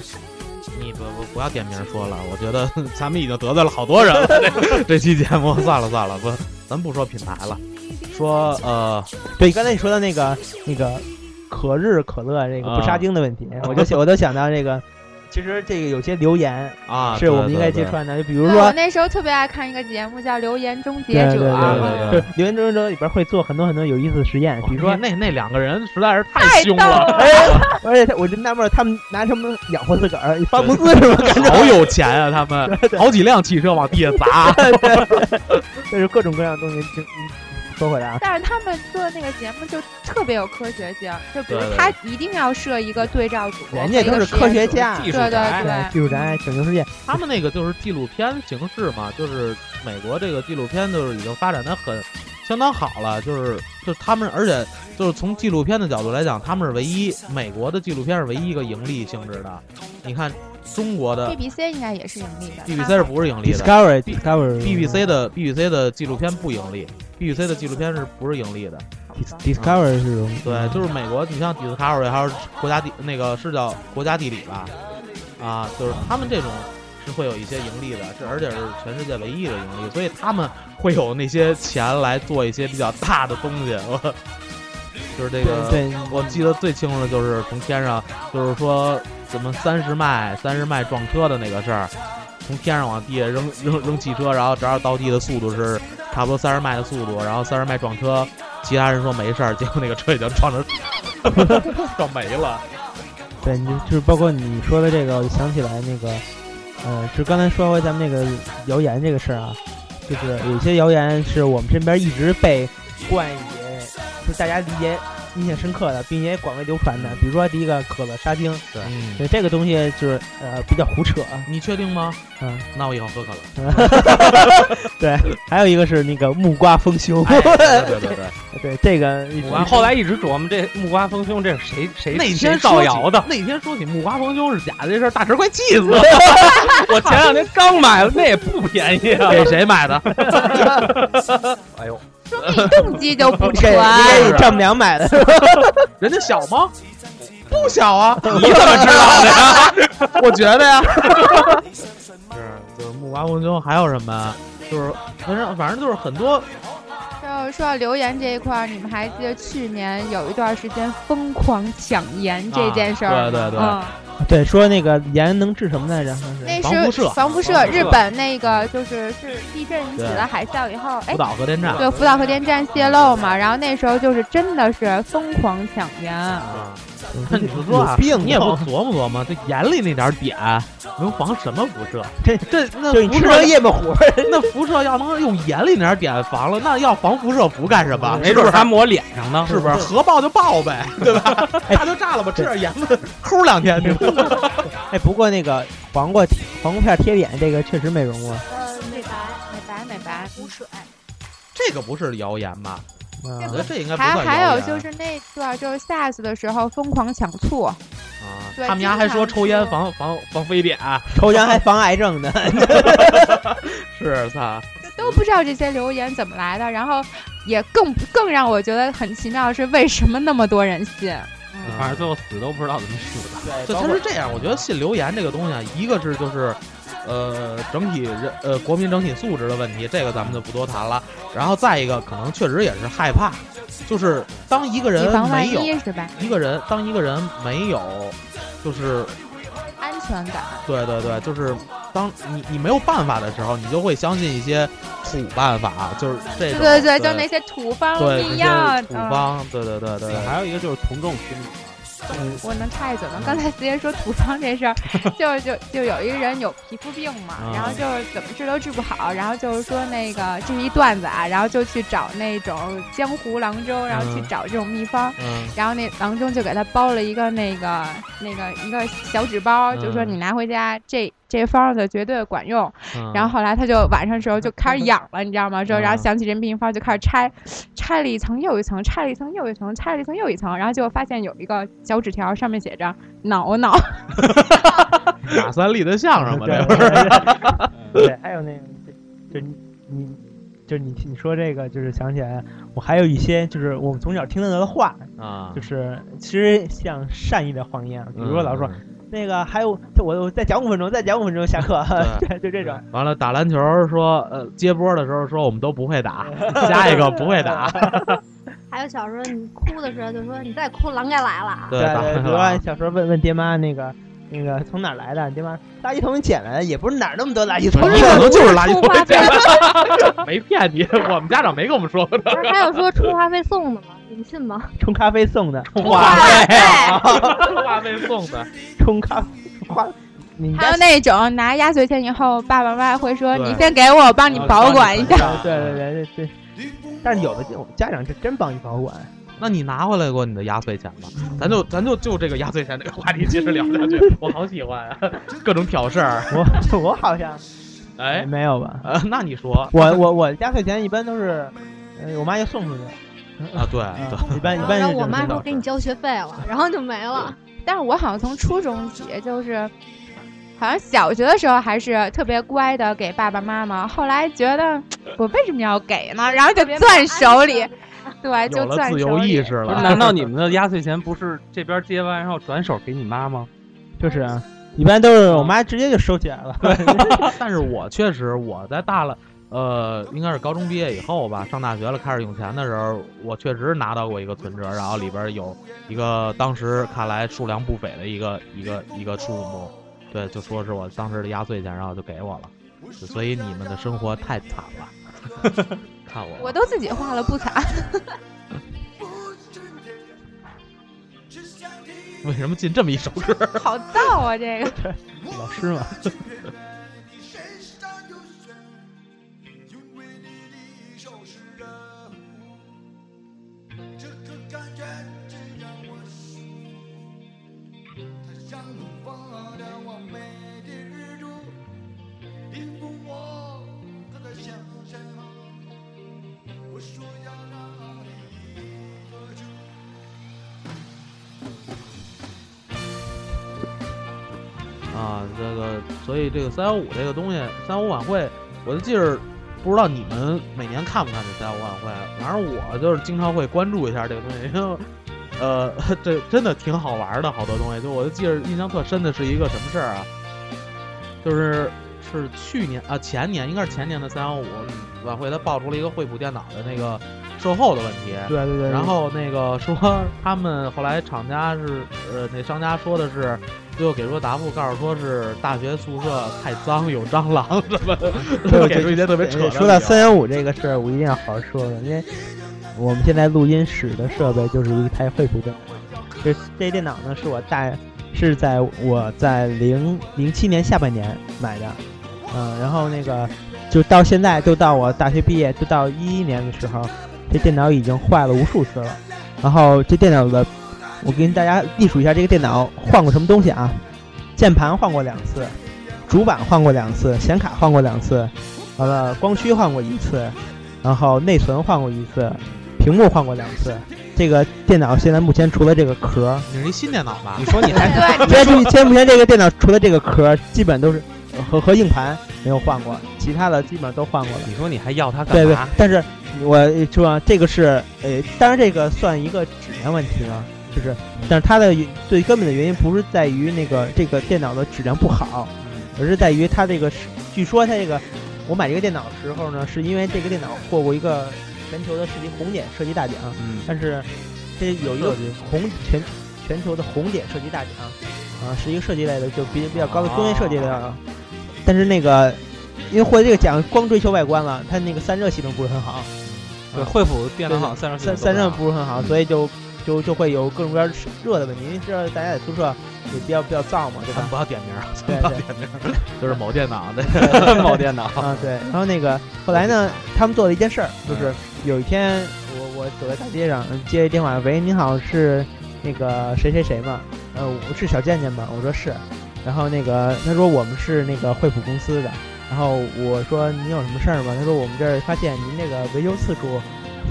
Speaker 7: 你不不不要点名说了，我觉得 咱们已经得罪了好多 人了。这这期节目算了算了，不，咱不说品牌了，说呃，
Speaker 3: 对，刚才你说的那个那个可日可乐这个不
Speaker 7: 啊
Speaker 3: 杀精的问题，我就想我就想到这个，其实这个有些留言
Speaker 7: 啊，
Speaker 3: 是我们应该
Speaker 7: 对
Speaker 3: 揭
Speaker 7: 对
Speaker 3: 穿的，就比如
Speaker 4: 对我
Speaker 3: 说。
Speaker 4: 那时候特别爱看一个节目叫《留言终
Speaker 3: 对
Speaker 4: 结
Speaker 3: 对
Speaker 4: 者》
Speaker 7: 对
Speaker 3: 就
Speaker 4: 嗯
Speaker 7: 对对
Speaker 3: 是留言中中里边会做很多很多有意思的实验，
Speaker 7: 对
Speaker 3: 比如说，
Speaker 7: 哎那那那两个人实在是
Speaker 4: 太
Speaker 7: 太凶
Speaker 4: 逗
Speaker 7: 了，
Speaker 3: 哎，而且他我就纳闷儿，他们拿什么养活自个儿？发工资是吧？感觉
Speaker 7: 好有钱啊，他们 好几辆汽车往地下砸，
Speaker 3: 就是各种各样的东西。就嗯说回来啊，
Speaker 4: 但是他们做那个节目就特别有科学性，就比如
Speaker 7: 对对
Speaker 4: 他一定要设一个对照组，
Speaker 3: 人家都是科学，家，哎
Speaker 7: 技术
Speaker 4: 对对
Speaker 7: 宅。
Speaker 3: 对技术宅拯救世界。
Speaker 7: 他们那个就是纪录片形式嘛，就是美国这个纪录片就是已经发展的很相当好了，就是就他们，而且就是从纪录片的角度来讲，他们是唯一美国的纪录片是唯一一个盈利性质的。你看中国的
Speaker 4: BBC 应该也是盈利的
Speaker 7: BBC 是不是盈利的
Speaker 3: Discovery Discovery
Speaker 7: ？BBC 的 BBC 的纪录片不盈利，BBC 的纪录片是不是盈利的？
Speaker 3: Discovery 是荣
Speaker 7: 对，就是美国，你像 Discovery 还有国家地那个是叫国家地理吧，啊，就是他们这种是会有一些盈利的，这而且是全世界唯一的盈利，所以他们会有那些钱来做一些比较大的东西。我 就是这个，
Speaker 3: 对对
Speaker 7: 我记得最清楚的就是从天上，就是说怎么三十迈三十迈撞车的那个事儿。从天上往地下扔扔扔汽车，然后正好到地的速度是差不多三十迈的速度，然后三十迈撞车，其他人说没事儿，结果那个车已经撞成 撞没了。
Speaker 3: 对，你就就是包括你说的这个，我就想起来那个，呃，就刚才说回咱们那个谣言这个事儿啊，就是有些谣言是我们身边一直被冠以，就是大家理解印象深刻的，并且广为流传的。比如说第一个可乐沙丁，
Speaker 7: 嗯，
Speaker 3: 对这个东西就是呃比较胡扯啊，
Speaker 7: 你确定吗？
Speaker 3: 嗯，
Speaker 7: 那我以后喝 可乐。
Speaker 3: 对，还有一个是那个木瓜丰胸，
Speaker 7: 哎对对对
Speaker 3: 对
Speaker 7: 对，
Speaker 3: 这个
Speaker 5: 木瓜嗯后来一直琢磨这木瓜丰胸这是谁谁
Speaker 7: 那
Speaker 5: 谁
Speaker 7: 天说
Speaker 5: 造
Speaker 7: 起
Speaker 5: 谣的。
Speaker 7: 那天说起木瓜丰胸是假的这事儿，大侄快气死了。
Speaker 5: 我前两天刚买的，那也不便宜啊。
Speaker 7: 给谁买的？
Speaker 5: 哎呦，
Speaker 4: 说明你动机就 不
Speaker 3: 这
Speaker 4: 纯
Speaker 3: 应。该
Speaker 7: 是
Speaker 3: 是丈母娘买的，
Speaker 7: 人家小吗？不小啊！你怎么知道的呀？我觉得呀。是，就是木瓜丰胸还有什么呀？就是反正反正就是很多
Speaker 4: 就说到留言这一块儿，你们还记得去年有一段时间疯狂抢盐这件事儿吗？
Speaker 7: 啊对对对
Speaker 4: 嗯，
Speaker 3: 对，说那个盐能治什么来着？好像是
Speaker 4: 那是
Speaker 7: 防辐射
Speaker 4: 防辐
Speaker 5: 防
Speaker 4: 射，
Speaker 5: 辐射
Speaker 4: 日本那个就是是地震引起的海啸以后，哎
Speaker 7: 福，岛核电站。
Speaker 4: 对，福岛核电站泄漏嘛，然后那时候就是真的是疯狂抢盐，
Speaker 7: 啊，
Speaker 3: 那
Speaker 7: 你就说啊，
Speaker 3: 病
Speaker 7: 你也不琢磨琢磨，这眼里那点儿点能防什么辐射？
Speaker 3: 这
Speaker 7: 这那
Speaker 3: 就是你
Speaker 7: 辐
Speaker 3: 吃
Speaker 7: 射
Speaker 3: 了夜巴糊，
Speaker 7: 那辐射要能用眼里那点点防了，那要防辐射服干什么？
Speaker 5: 没准还抹脸上呢，嗯
Speaker 7: 是不 哎是？核爆就爆呗，对吧？炸就炸了吧，吃点盐吧，齁两天 去吧。
Speaker 3: 哎，不过那个黄瓜黄瓜片贴脸这个确实美容啊过，
Speaker 6: 呃，美白
Speaker 4: 美白美白。
Speaker 6: 补水，
Speaker 7: 这个不是谣言吧？我觉得
Speaker 3: 啊，
Speaker 7: 这应该不
Speaker 4: 还
Speaker 7: 算
Speaker 4: 还
Speaker 7: 谣
Speaker 4: 有
Speaker 7: 言
Speaker 4: 就是那段就是 SARS 的时候疯狂抢醋，
Speaker 7: 啊，
Speaker 4: 对
Speaker 7: 他们家还说抽烟防防防非典，
Speaker 5: 啊
Speaker 3: 抽烟还防癌症 呢。
Speaker 7: 是操，
Speaker 4: 就都不知道这些留言怎么来的，然后也更更让我觉得很奇妙的是为什么那么多人信？
Speaker 7: 嗯
Speaker 5: 反正最后死都不知道怎么死的。
Speaker 7: 就他是这样，我觉得信留言这个东西啊，一个是就是，呃，整体人呃国民整体素质的问题，这个咱们就不多谈了。然后再一个，可能确实也是害怕，就是当一个人
Speaker 4: 以防万
Speaker 7: 没有
Speaker 4: 一是吧？
Speaker 7: 一个人，当一个人没有，就是
Speaker 4: 安全感。
Speaker 7: 对对对，就是当你你没有办法的时候，你就会相信一些土办法，啊就是这
Speaker 4: 对
Speaker 7: 种
Speaker 4: 对对，
Speaker 7: 对
Speaker 4: 就那些土方
Speaker 7: 对
Speaker 4: 秘
Speaker 7: 这
Speaker 4: 药
Speaker 7: 些，土方，对对对对，
Speaker 5: 还有一个就是从众心理嘛，
Speaker 4: 嗯我能插一嘴吗？刚才直接说土方这 事儿，就就就有一个人有皮肤病嘛，然后
Speaker 7: 啊
Speaker 4: 就是怎么治都治不好，然后就是说那个这是一段子啊，然后就去找那种江湖郎中，然后去
Speaker 7: 嗯
Speaker 4: 找这种秘方，
Speaker 7: 嗯
Speaker 4: 然后那郎中就给他包了一个那个那个一个小纸包，就说
Speaker 7: 嗯
Speaker 4: 你拿回家这这方子绝对管用。
Speaker 7: 嗯，
Speaker 4: 然后后来他就晚上的时候就开始痒了，你知道吗？之后然后
Speaker 7: 嗯
Speaker 4: 想起这秘方就开始拆，拆了一层又一层，拆了一层又一层，拆了一层又一层，然后结果发现有一个小纸条上面写着“挠挠
Speaker 7: 嗯马三立的相声 嘛，
Speaker 3: 对
Speaker 7: 这
Speaker 3: 对对
Speaker 7: 啊
Speaker 5: 嗯
Speaker 3: 对， 还有那个，就就是你，就是你你说这个，就是想起来，我还有一些就是我们从小听到的话，
Speaker 7: 啊，
Speaker 3: 就是其实像善意的谎言，啊比如说老说、
Speaker 7: 嗯
Speaker 3: 那个还有我我再讲五分钟，再讲五分钟下 课，对，就这种。
Speaker 7: 完了，打篮球说，呃，接波的时候说我们都不会 打，下一个不会打，
Speaker 6: 还有小时候你哭的时候就说你再哭狼该来了啊，
Speaker 7: 对打
Speaker 3: 对，
Speaker 7: 篮
Speaker 3: 比如
Speaker 7: 球
Speaker 3: 说
Speaker 7: 啊
Speaker 3: 小时候问问爹妈那个那个从哪儿来的，爹妈垃圾桶里捡来的，也不是哪儿那么多垃圾桶。
Speaker 7: 可能 就是垃圾
Speaker 4: 出花呗
Speaker 7: 桶，没骗你，我们家长没跟我们 说过的。
Speaker 6: 不是还有说充话费送的吗？你们信吗？
Speaker 3: 冲咖啡送的，冲
Speaker 7: 哇
Speaker 4: 对，
Speaker 7: 话费送的，
Speaker 3: 冲咖 花，你”，
Speaker 4: 还
Speaker 3: 家
Speaker 4: 有那种拿压岁钱以后，爸爸妈妈会说：“
Speaker 7: 对
Speaker 4: 你先给我，我帮你
Speaker 7: 嗯
Speaker 4: 保管一下。
Speaker 3: 对对对对对。但是有的就家长是真帮你保管，
Speaker 7: 那你拿回来过你的压岁钱吗？咱就咱就就这个压岁钱这个话题接着聊下去， 我好喜欢啊，各种挑事儿。
Speaker 3: 我我好像
Speaker 7: 哎，
Speaker 3: 没有吧？
Speaker 7: 呃，那你说
Speaker 3: 我我我压岁钱一般都是，呃，我妈就送出去，
Speaker 7: 啊？对
Speaker 3: 啊
Speaker 7: 对，
Speaker 3: 一般一般
Speaker 6: 然后
Speaker 3: 是
Speaker 6: 我妈
Speaker 3: 这种
Speaker 6: 说给你交学费了，然后就没了。
Speaker 4: 但是我好像从初中起就是。好像小学的时候还是特别乖的，给爸爸妈妈。后来觉得我为什么要给呢？然后就攥手
Speaker 6: 哎
Speaker 4: 里，对，就
Speaker 7: 有了
Speaker 4: 攥手
Speaker 7: 自
Speaker 4: 里。
Speaker 7: 由意识
Speaker 5: 不
Speaker 7: 了
Speaker 5: 是，。难道你们的压岁钱不是这边接完，然后转手给你妈吗？
Speaker 3: 就是啊，一般都是我妈直接就收起来了。
Speaker 7: 但是我确实我在大了，呃，应该是高中毕业以后吧，上大学了开始用钱的时候，我确实拿到过一个存折，然后里边有一个当时看来数量不菲的一个一个一个数目，对，就说是我当时的压岁钱，然后就给我了。就所以你们的生活太惨了， 看我，
Speaker 4: 我都自己画了不 惨，
Speaker 7: 为什么进这么一首歌？
Speaker 4: 好燥啊！这个
Speaker 3: 老师嘛，
Speaker 7: 啊，这个，所以这个三幺五这个东西，三幺五晚会，我就记着，不知道你们每年看不看这三幺五晚会，啊反正我就是经常会关注一下这个东西，因为，呃， 这真的挺好玩的，好多东西。就我就记着印象特深的是一个什么事儿啊，就是是去年啊前年，应该是前年的三幺五晚会，它爆出了一个惠普电脑的那个售后的问题。
Speaker 3: 对对对对。
Speaker 7: 然后那个说他们后来厂家是呃那商家说的是，最后给出答复告诉说是大学宿舍太脏有蟑螂什么的，
Speaker 3: 对
Speaker 7: 给出一些特别扯的理由。
Speaker 3: 说到三幺五这个事儿，我一定要好好说说，因为我们现在录音室的设备就是一台惠普电脑，这这电脑呢是我大是在我在零零七年下半年买的，嗯，然后那个就到现在，就到我大学毕业，就到一一年的时候，这电脑已经坏了无数次了。然后这电脑的，我跟大家历数一下，这个电脑换过什么东西啊？键盘换过两次，主板换过两次，显卡换过两次，完了光驱换过一次，然后内存换过一次，屏幕换过两次。这个电脑现在目前除了这个壳，
Speaker 7: 你是一新电脑吧
Speaker 5: 你？说你还
Speaker 3: 现
Speaker 4: 对，
Speaker 3: 在目前目前这个电脑除了这个壳，基本都是和和硬盘没有换过，其他的基本上都换过了。
Speaker 5: 你说你还要它
Speaker 3: 对
Speaker 5: 干
Speaker 3: 对
Speaker 5: 嘛？，
Speaker 3: 但是我说啊这个是呃，当然这个算一个质量问题了，就是，
Speaker 5: 嗯
Speaker 3: 但是它的原最根本的原因不是在于那个这个电脑的质量不好，
Speaker 5: 嗯
Speaker 3: 而是在于它这个是，据说它这个我买这个电脑的时候呢，是因为这个电脑获过一个全球的世界红点设计大奖，
Speaker 7: 嗯，
Speaker 3: 但是这有一个红全全球的红点设计大奖，啊，是一个设计类的，就比比较高的工业设计类的。但是那个因为获得这个奖，光追求外观了，它那个散热系统不是很好，
Speaker 5: 对，惠普电脑好像散热系
Speaker 3: 散
Speaker 5: 统
Speaker 3: 散热
Speaker 5: 不好
Speaker 3: 不是很好，所以就就就会有各种各样热的问题，因为知道大家在宿舍也比较比较燥嘛，对
Speaker 5: 咱
Speaker 3: 吧？
Speaker 5: 们不要点名儿，
Speaker 3: 对对。
Speaker 7: 就是某电脑的，
Speaker 5: 某电脑。
Speaker 3: 啊，对。然后那个后来呢，他们做了一件事儿，就是有一天我我走在大街上，嗯接一电话，喂，您好，是那个谁谁谁吗？呃，我是小健健吗？我说是。然后那个他说我们是那个惠普公司的。然后我说您有什么事儿吗？他说我们这儿发现您这个维修次数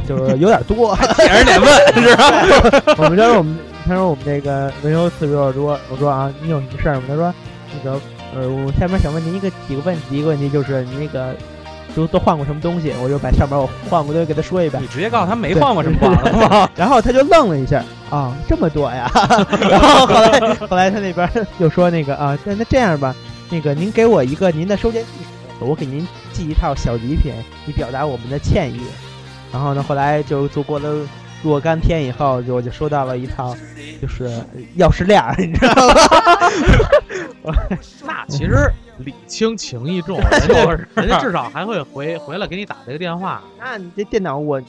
Speaker 3: 就是有点多，
Speaker 5: 显然得问，是 吧？
Speaker 3: 我们这儿我们他说我们这个维修次数有点多，我说啊，你有什么事儿吗？他说那个呃，我下面想问您一个几个问题，第一个问题就是你那个都都换过什么东西？我就把上面我换过的东西给他说一遍
Speaker 5: 你，直接告诉他没换过什么换了吗？
Speaker 3: 然后他就愣了一下，啊，这么多呀？然后后来后来他那边就说那个啊，那那这样吧，那个您给我一个您的收件地址，我给您寄一套小礼品，以表达我们的歉意。然后呢，后来就就过了若干天以后，就我就收到了一套就是钥匙链儿，你知道吗？
Speaker 7: 那其实礼轻情意重，人家人家至少还会回回来给你打这个电话。
Speaker 3: 那你这电脑我。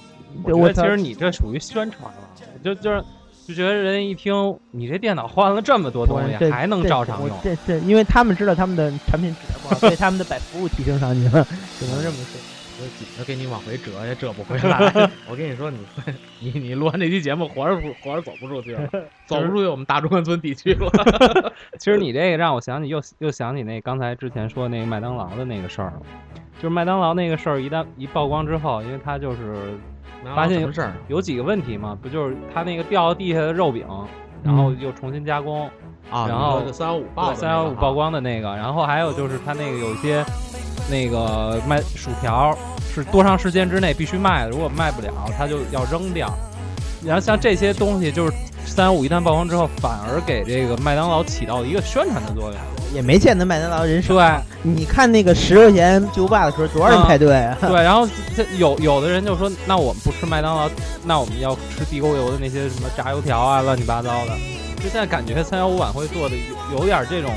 Speaker 5: 我觉得
Speaker 3: 操
Speaker 5: 其实你这属于宣传了， 就就是就觉得人家一听你这电脑换了这么多东
Speaker 3: 我
Speaker 5: 西，
Speaker 3: 这
Speaker 5: 还能
Speaker 3: 这
Speaker 5: 照常用，
Speaker 3: 这这，因为他们知道他们的产品质量不好，所以他们的把服务提升上去了，只能这么说。
Speaker 7: 我紧着给你往回折也折不回来。 我跟你说，你你你录完这期节目，活着不活着走不出 去了，走不出去我们大中关村地区了。
Speaker 5: 其实你这个让我想起又又想起那刚才之前说那个麦当劳的那个事儿了，就是麦当劳那个事儿一旦一曝光之后，因为它就是发现
Speaker 7: 什么事儿？
Speaker 5: 有几个问题嘛，不就是它那个掉到地下的肉饼，然后又重新加工，
Speaker 7: 啊，
Speaker 5: 然后
Speaker 7: 三幺五报
Speaker 5: 三幺五曝光的那个，然后还有就是它那个有一些那个卖薯条是多长时间之内必须卖的，如果卖不了，它就要扔掉。然后像这些东西，就是三幺五一旦曝光之后，反而给这个麦当劳起到一个宣传的作用。
Speaker 3: 也没见得麦当劳人少。
Speaker 5: 对，
Speaker 3: 你看那个十块钱巨无霸的时候，多少人排队啊？
Speaker 5: 对，然后这有有的人就说，那我们不吃麦当劳，那我们要吃地沟油的那些什么炸油条啊，乱七八糟的。就现在感觉三幺五晚会做的有有点这种，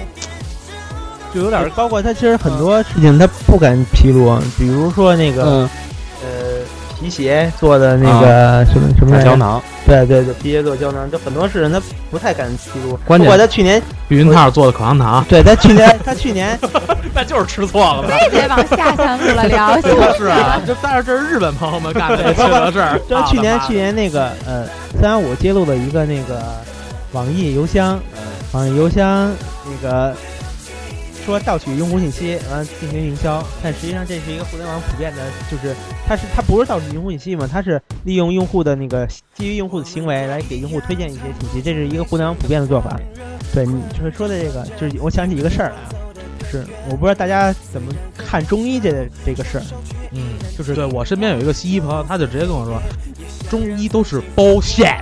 Speaker 5: 就有点
Speaker 3: 包括他其实很多事情他不敢披露，啊比如说那个、
Speaker 5: 嗯
Speaker 3: 呃皮鞋做的那个什么、什么来着
Speaker 5: 胶，囊。
Speaker 3: 对对对，皮鞋做胶囊，就很多事情他不太敢披露。
Speaker 7: 关键
Speaker 3: 包括他去年，
Speaker 7: 避孕套做的口 香糖，
Speaker 3: 对他去年他去年。
Speaker 5: 那就是吃错了 吧？
Speaker 4: 这别往下三路了聊，行吗
Speaker 7: 是啊，就但是这是日本朋友们干的缺德事儿啊
Speaker 3: 就去年去
Speaker 7: 年
Speaker 3: 年那个呃三幺五揭露了一个那个网易邮箱，网易邮箱那个说盗取用户信息，完了进行营销，但实际上这是一个互联网普遍的，就是它是它不是盗取用户信息嘛，它是利用用户的那个基于用户的行为来给用户推荐一些信息，这是一个互联网普遍的做法。对你就是说的这个，就是我想起一个事儿啊，就是我不知道大家怎么看中医这个这个事儿，
Speaker 7: 嗯，就是对我身边有一个西医朋友，他就直接跟我说，中医都是包馅，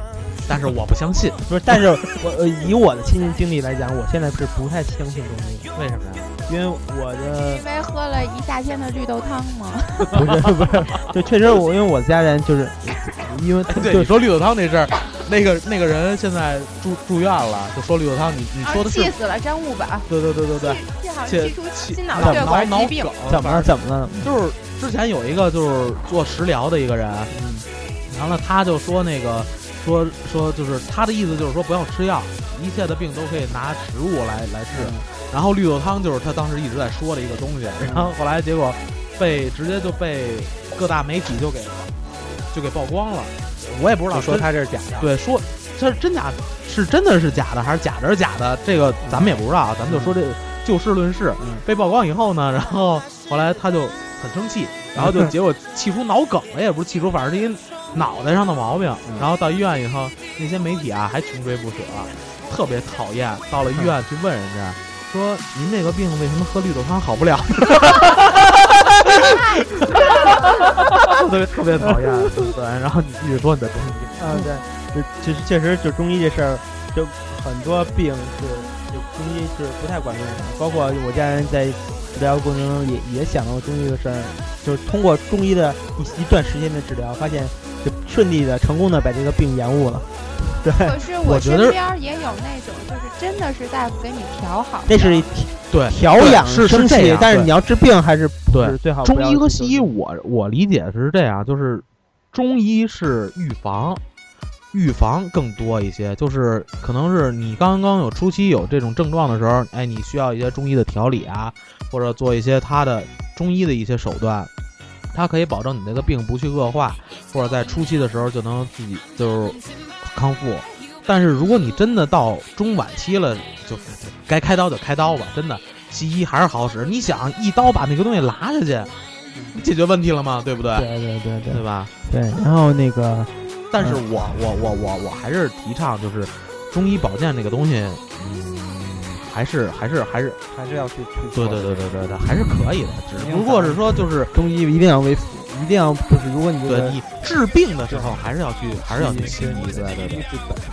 Speaker 7: 但是我不相信，
Speaker 3: 不是，但是我呃以我的亲身经历来讲，我现在是不太相信中医，
Speaker 7: 为什么呀？
Speaker 3: 因为我的
Speaker 4: 因为喝了一夏天的绿豆汤嘛。
Speaker 3: 不是不是，就确实我因为我家人就是，因 为
Speaker 7: 对，
Speaker 3: 就
Speaker 7: 你说绿豆汤那事儿，那个那个人现在住住院了，就说绿豆汤，你你
Speaker 4: 啊
Speaker 7: 说的是
Speaker 4: 气死了，真误吧？
Speaker 7: 对对对对对，
Speaker 4: 这好像
Speaker 7: 切
Speaker 4: 剔除
Speaker 7: 气
Speaker 4: 心脑
Speaker 7: 脑
Speaker 4: 血
Speaker 7: 脑
Speaker 4: 管疾
Speaker 7: 脑
Speaker 4: 病
Speaker 7: 梗，
Speaker 3: 怎么了怎么了？
Speaker 7: 就是之前有一个就是做食疗的一个人，
Speaker 3: 嗯，
Speaker 7: 然后呢他就说那个说说就是他的意思就是说不要吃药，一切的病都可以拿食物来来治。然后绿豆汤就是他当时一直在说的一个东西，然后后来结果被直接就被各大媒体就给就给曝光了，我也不知道
Speaker 5: 就说
Speaker 7: 真
Speaker 5: 他这是假的，
Speaker 7: 对，说这是真假，是真的是假的，还是假的是假的？这个咱们也不知道啊，咱们就说这就事论事。
Speaker 5: 嗯
Speaker 7: 被曝光以后呢，然后后来他就很生气，然后 就结果气出脑梗了，也不是气出，反正是一脑袋上的毛病。
Speaker 5: 嗯
Speaker 7: 然后到医院以后，那些媒体啊还穷追不舍，特别讨厌。到了医院去问人家。说您这个病为什么喝绿豆汤好不了？ 特别特别讨厌，对不对？然后你继续说你的东西。
Speaker 3: 啊对，就就是确实就中医这事儿，就很多病是就中医是不太管用的，包括我家人在治疗过程中也也想到中医的事儿，就是通过中医的一一段时间的治疗，发现就顺利的成功的把这个病延误了，对。
Speaker 4: 可是
Speaker 7: 我
Speaker 4: 我
Speaker 7: 觉
Speaker 4: 身
Speaker 7: 得
Speaker 4: 边也有那种，就是真的是大夫给你调好的，
Speaker 3: 那是
Speaker 7: 对
Speaker 3: 调养
Speaker 7: 是
Speaker 3: 生
Speaker 7: 是这
Speaker 3: 气
Speaker 7: 样，
Speaker 3: 但是
Speaker 7: 对
Speaker 3: 你要治病还是不
Speaker 7: 对
Speaker 3: 是最好不
Speaker 7: 中
Speaker 3: 要
Speaker 7: 医和
Speaker 3: 去
Speaker 7: 西医
Speaker 3: 就
Speaker 7: 我，我理解是这样，就是中医是预防，预防更多一些，就是可能是你刚刚有初期有这种症状的时候，哎，你需要一些中医的调理啊，或者做一些它的中医的一些手段，它可以保证你这个病不去恶化，或者在初期的时候就能自己就是康复。但是如果你真的到中晚期了，就该开刀就开刀吧，真的西医还是好使。你想一刀把那个东西拉下去，解决问题了吗？对不对？
Speaker 3: 对对对对
Speaker 7: 对嗯吧？
Speaker 3: 对，然后那个
Speaker 7: 但是我我我我我还是提倡就是中医保健这个东西，嗯，还是还是还是
Speaker 8: 还是要去去
Speaker 7: 对
Speaker 8: 做
Speaker 7: 对
Speaker 8: 这
Speaker 7: 对
Speaker 8: 个
Speaker 7: 对对对，还是可以的，只不过是说就是
Speaker 3: 中医一定要为辅，一定要就是如果你这
Speaker 7: 对
Speaker 3: 个
Speaker 7: 你治病的时候还是要去还是要去西
Speaker 3: 西
Speaker 7: 医，
Speaker 3: 医
Speaker 7: 对对对，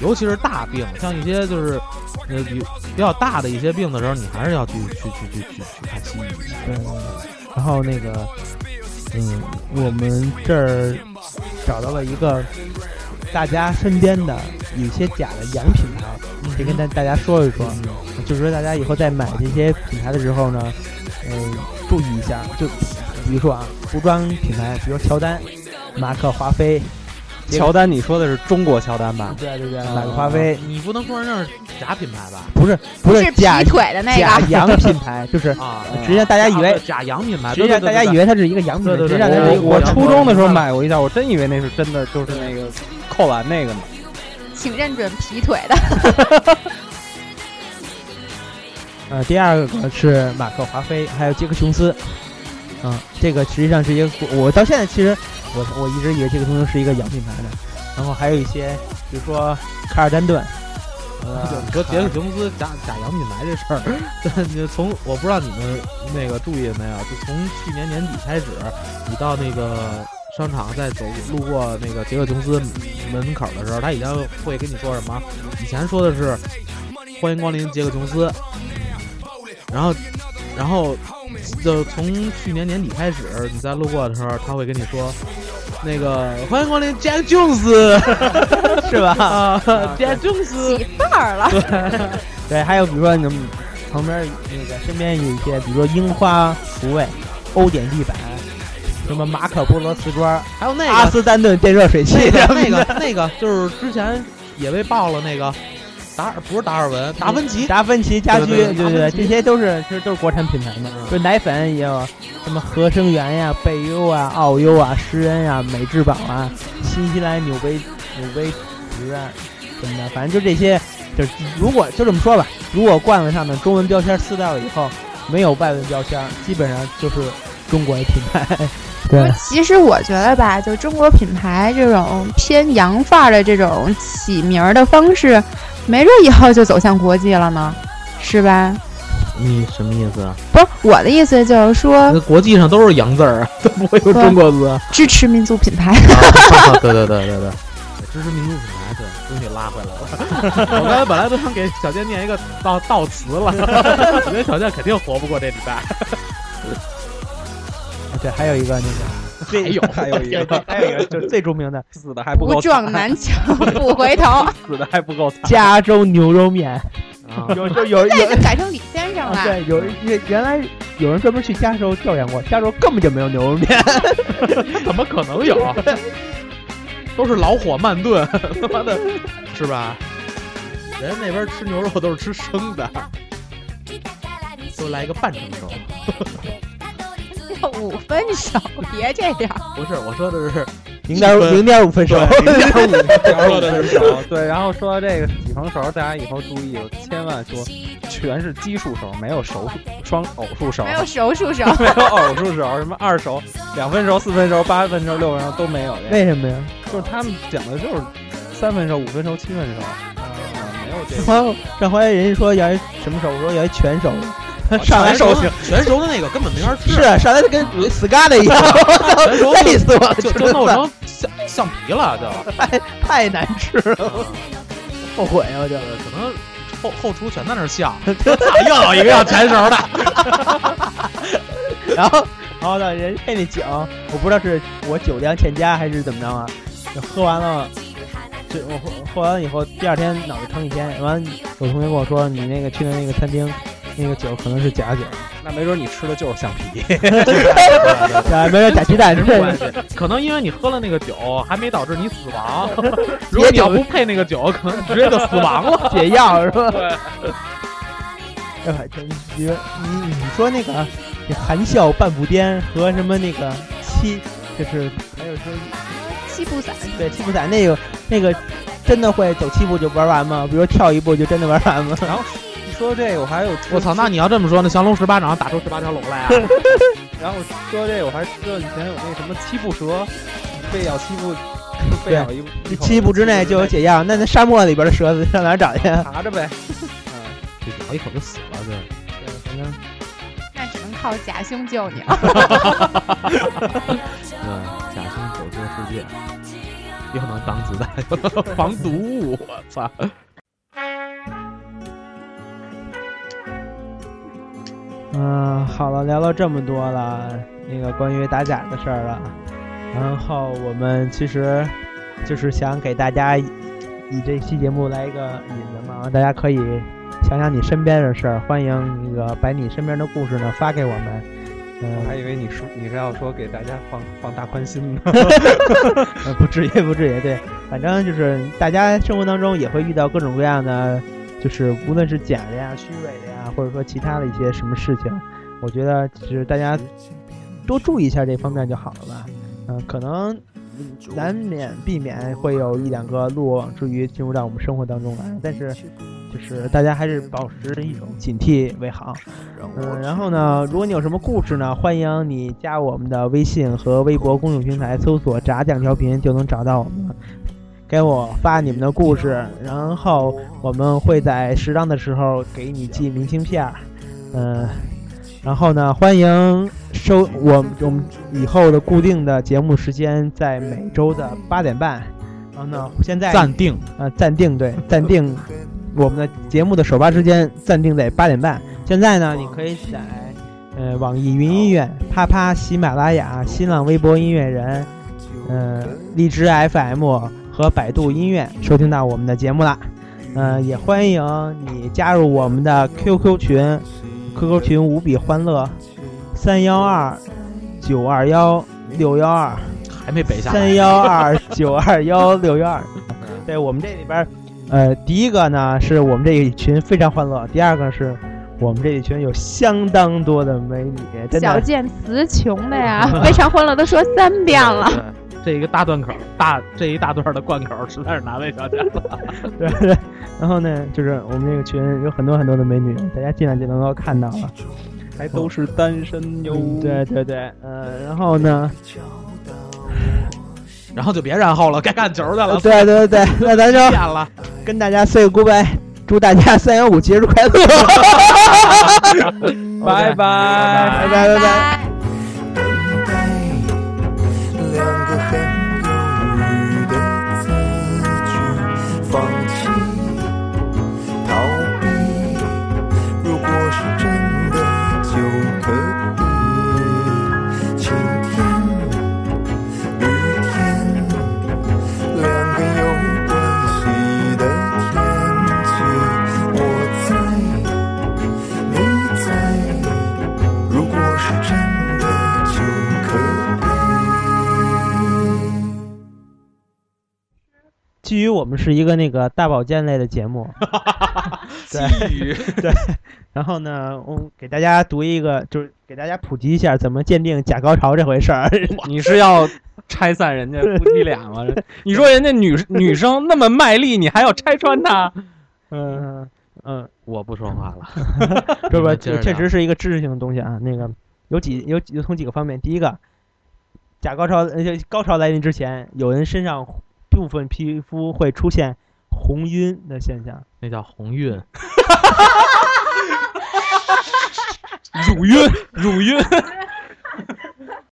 Speaker 7: 尤其是大病，像一些就是呃比比较大的一些病的时候，你还是要去去去去去去看西医。
Speaker 3: 对，嗯然后那个嗯，我们这儿找到了一个大家身边的有些假的洋品牌，可以跟大大家说一说，就是说大家以后在买这些品牌的时候呢，嗯、注意一下，就比如说啊，服装品牌，比如乔丹、马克华菲，
Speaker 8: 乔丹，你说的是中国乔丹吧？
Speaker 3: 对对对，马克华菲。
Speaker 7: 你不能说人家是假品牌吧？
Speaker 3: 不是不
Speaker 4: 不
Speaker 3: 是
Speaker 4: 劈
Speaker 3: 假
Speaker 4: 腿的那
Speaker 3: 假
Speaker 4: 个，
Speaker 3: 洋品牌， 就是
Speaker 7: 啊，
Speaker 3: 直接大家以为，
Speaker 7: 假洋品牌，
Speaker 3: 实际上大家以
Speaker 7: 为
Speaker 3: 为它是一个洋品牌，
Speaker 7: 对对
Speaker 3: 实
Speaker 7: 对
Speaker 3: 际上它是一
Speaker 8: 我我
Speaker 3: 个
Speaker 7: 我
Speaker 8: 初中的时候买过一件，我真以为那是真的，就是那 个扣篮那个呢。
Speaker 4: 请认准劈腿的。
Speaker 3: 呃，第二个是马克华菲，还有杰克琼斯。嗯，这个实际上是一个国，我到现在其实我我一直以为这个东西是一个洋品牌的，然后还有一些，比如说卡尔丹顿， 呃，
Speaker 7: 你说杰克琼斯假假洋品牌这事儿，但你从我不知道你们那个注意没有，就从去年年底开始，你到那个商场再走路过那个杰克琼斯门口的时候，他已经会跟你说什么？以前说的是欢迎光临杰克琼斯，然后然后就从去年年底开始，你在路过的时候，他会跟你说。那个欢迎光临 Jack Jones，是吧？ 啊，Jack Jones，
Speaker 4: 起范儿了，
Speaker 3: 对，还有比如说你们旁边那个身边有一些，比如说樱花厨卫、欧典地板，什么马可波罗瓷砖、
Speaker 7: 还有那
Speaker 3: 阿
Speaker 7: 个
Speaker 3: 斯丹顿电热水器，
Speaker 7: 那个那个那个，就是之前也被爆了那个达尔不是达尔文达芬 奇，
Speaker 3: 达芬奇家居，
Speaker 7: 对对
Speaker 3: 对
Speaker 7: 对
Speaker 3: 对
Speaker 7: 达芬
Speaker 3: 对，
Speaker 7: 奇嗯
Speaker 3: 这些都是其实都是国产品牌嘛。就奶粉也有，什么合生元呀、贝优啊、奥优啊、诗恩啊、美至宝啊、新西兰纽威纽威植啊什么的，反正就这些。就是如果就这么说吧，如果罐子上的中文标签撕掉了以后，没有外文标签，基本上就是中国的品牌。对，
Speaker 4: 其实我觉得吧，就中国品牌这种偏洋范儿的这种起名儿的方式，没准以后就走向国际了呢，是吧？
Speaker 7: 你什么意思啊？
Speaker 4: 不是我的意思，就是说
Speaker 7: 那国际上都是洋字儿啊， 都不会有中国字。
Speaker 4: 支持民族品牌。
Speaker 7: 啊对对对对对。支持民族品牌，对，终于拉回来了。 我刚才本来都想给小健念一个悼悼词了， 我觉得小健肯定活不过这礼拜。
Speaker 3: 对，还有一个那
Speaker 8: 还有还有一
Speaker 3: 个
Speaker 8: 个，
Speaker 3: 还 有一个就是最著名的
Speaker 8: 死的还不够
Speaker 4: 不撞
Speaker 8: 惨，
Speaker 4: 南墙不回头，
Speaker 8: 死的还不够惨。
Speaker 3: 加州牛肉面，
Speaker 7: 啊，
Speaker 3: 有就有 有
Speaker 4: 那就改成李先生
Speaker 3: 啊，
Speaker 4: 了。
Speaker 3: 对，有原原来有人专门去加州调研过，加州根本就没有牛肉面。
Speaker 7: 怎么可能有？ 都是老火慢炖， 他妈的，是吧？人家那边吃牛肉都是吃生的， 给我来一个半成熟。
Speaker 4: 五分熟，别这样。
Speaker 7: 不是，我说的是
Speaker 3: 零点
Speaker 7: 一分
Speaker 3: 零点五分熟，
Speaker 8: 说的是手，对，然后说到这个几横熟，大家以后注意，千万说全是奇数手，没有手双偶数手，
Speaker 4: 没有熟熟熟，
Speaker 8: 没有偶数手，什么二手、两分熟、四分熟、八分熟、六分熟都没有这
Speaker 3: 为什么呀？
Speaker 8: 就是他们讲的就是三分熟、五分熟、七分熟，没有这个。
Speaker 3: 上回上回人家说要一什么手，我说要一全手，上来
Speaker 7: 熟的，全熟的那个根本没法吃，
Speaker 3: 哦是啊上来就跟 Scar 一样，我操
Speaker 7: 全熟
Speaker 3: 累死我了，
Speaker 7: 就就
Speaker 3: 真
Speaker 7: 弄
Speaker 3: 的
Speaker 7: 成橡橡皮了，就
Speaker 3: 太难吃了， 后悔啊我就。
Speaker 7: 可能后后厨全在那儿笑，又有一个要全熟 的，
Speaker 3: 然后然后呢，人家那酒，我不知道是我酒量欠佳还是怎么着啊，就喝完了，这我喝喝完了以后，第二天脑袋疼一天。完，有同学跟我说，你那个去的那个餐厅，那个酒可能是 假酒，
Speaker 8: 那没准你吃的就是橡皮，
Speaker 3: 啊，没有假鸡蛋，
Speaker 7: 没关系，可能因为你喝了那个酒，还没导致你死 亡。如果你要不配那个酒，可能你直接就死亡 了。
Speaker 3: 解药是吧？哎呦，真绝！你你说那个这含笑半步癫和什么那个七，就是还有说
Speaker 4: 七步散。
Speaker 3: 对七步散那个那个，真的会走七步就玩完吗？比如说跳一步就真的玩完吗？
Speaker 8: 你说这个我还有吃
Speaker 7: 我操！那你要这么说，那降龙十八掌打出十八条龙来啊？
Speaker 8: 然后说这个我还知道以前有那什么七步蛇，被咬七步，被
Speaker 3: 对
Speaker 8: 咬一
Speaker 3: 这七步之内就有解药，那那沙漠里边的蛇子上哪儿找去？啊
Speaker 8: 爬着呗。
Speaker 7: 这咬一口就死了，这
Speaker 4: 那只能靠假胸救你啊了。
Speaker 7: 对，嗯假胸走进世界，又能挡子弹，又能防毒物，我操！
Speaker 3: 嗯，好了，聊了这么多了，那个关于打假的事儿了，然后我们其实就是想给大家以以这期节目来一个引子嘛，大家可以想想你身边的事儿，欢迎那个把你身边的故事呢发给我们。
Speaker 8: 我还
Speaker 3: 嗯、
Speaker 8: 以为你说你是要说给大家放放大宽心呢。
Speaker 3: 呃，不至于，不至于，对，反正就是大家生活当中也会遇到各种各样的，就是无论是假的呀、虚伪的呀，或者说其他的一些什么事情，我觉得就是大家多注意一下这方面就好了吧。嗯、可能嗯难免避免会有一两个漏网之鱼进入到我们生活当中来，但是就是大家还是保持一种警惕为好。嗯，然后呢，如果你有什么故事呢，欢迎你加我们的微信和微博公众平台，搜索“炸酱调频”就能找到我们了。给我发你们的故事，然后我们会在适当的时候给你寄明信片儿。嗯，然后呢，欢迎收我我们以后的固定的节目时间在每周的八点半。然后呢，现在
Speaker 7: 暂定，
Speaker 3: 呃，暂定对，暂定我们的节目的首发时间暂定在八点半。现在呢，你可以在呃网易云音乐、啪啪、喜马拉雅、新浪微博音乐人、呃荔枝 FM 和百度音乐收听到我们的节目啦。呃，也欢迎你加入我们的 QQ 群，QQ 群无比欢乐，三幺二九二幺六幺二。
Speaker 7: 还没北下来
Speaker 3: 三幺二九二幺六幺二。
Speaker 8: 嗯
Speaker 3: 对我们这里边儿，呃，第一个呢是我们这一群非常欢乐，第二个是我们这一群有相当多的美女，真
Speaker 4: 小
Speaker 3: 的
Speaker 4: 贱词穷的呀， 非常欢乐都说三遍了。
Speaker 7: 对这一个大段口，大这一大段的贯口实在是难为小姐了。
Speaker 3: 对对。然后呢，就是我们这个群有很多很多的美女，大家进来就能够看到了。
Speaker 8: 还都是单身哟。
Speaker 3: 嗯对对对，呃，然后呢，
Speaker 7: 然后就别然后了，该干球去了，
Speaker 3: 对对对对，那咱就
Speaker 7: 变了。
Speaker 3: 跟大家 say goodbye，祝大家三幺五节日快乐，
Speaker 8: 拜拜。
Speaker 3: 拜拜拜拜。
Speaker 9: 两个很犹豫的字句，放弃、逃避。如果是真的，就可以。晴天、雨天，两个有关系的天气，我在，你在。如果是真的，就可以。
Speaker 3: 基于我们是一个那个大保健类的节目，对对，然后呢，我给大家读一个，就是给大家普及一下怎么鉴定假高潮这回事儿。
Speaker 8: 你是要拆散人家夫妻俩吗？ 你说人家女女生那么卖力，你还要拆穿她？嗯，
Speaker 3: 嗯嗯，
Speaker 7: 我不说话了，
Speaker 3: 这不
Speaker 7: 嗯接着
Speaker 3: 确
Speaker 7: 聊
Speaker 3: 实是一个知识性的东西啊。那个有几有有从几个方面，第一个，假高潮呃就高潮来临之前，有人身上部分皮肤会出现红晕的现象。
Speaker 7: 那叫鸿 运。
Speaker 8: 乳晕，乳晕，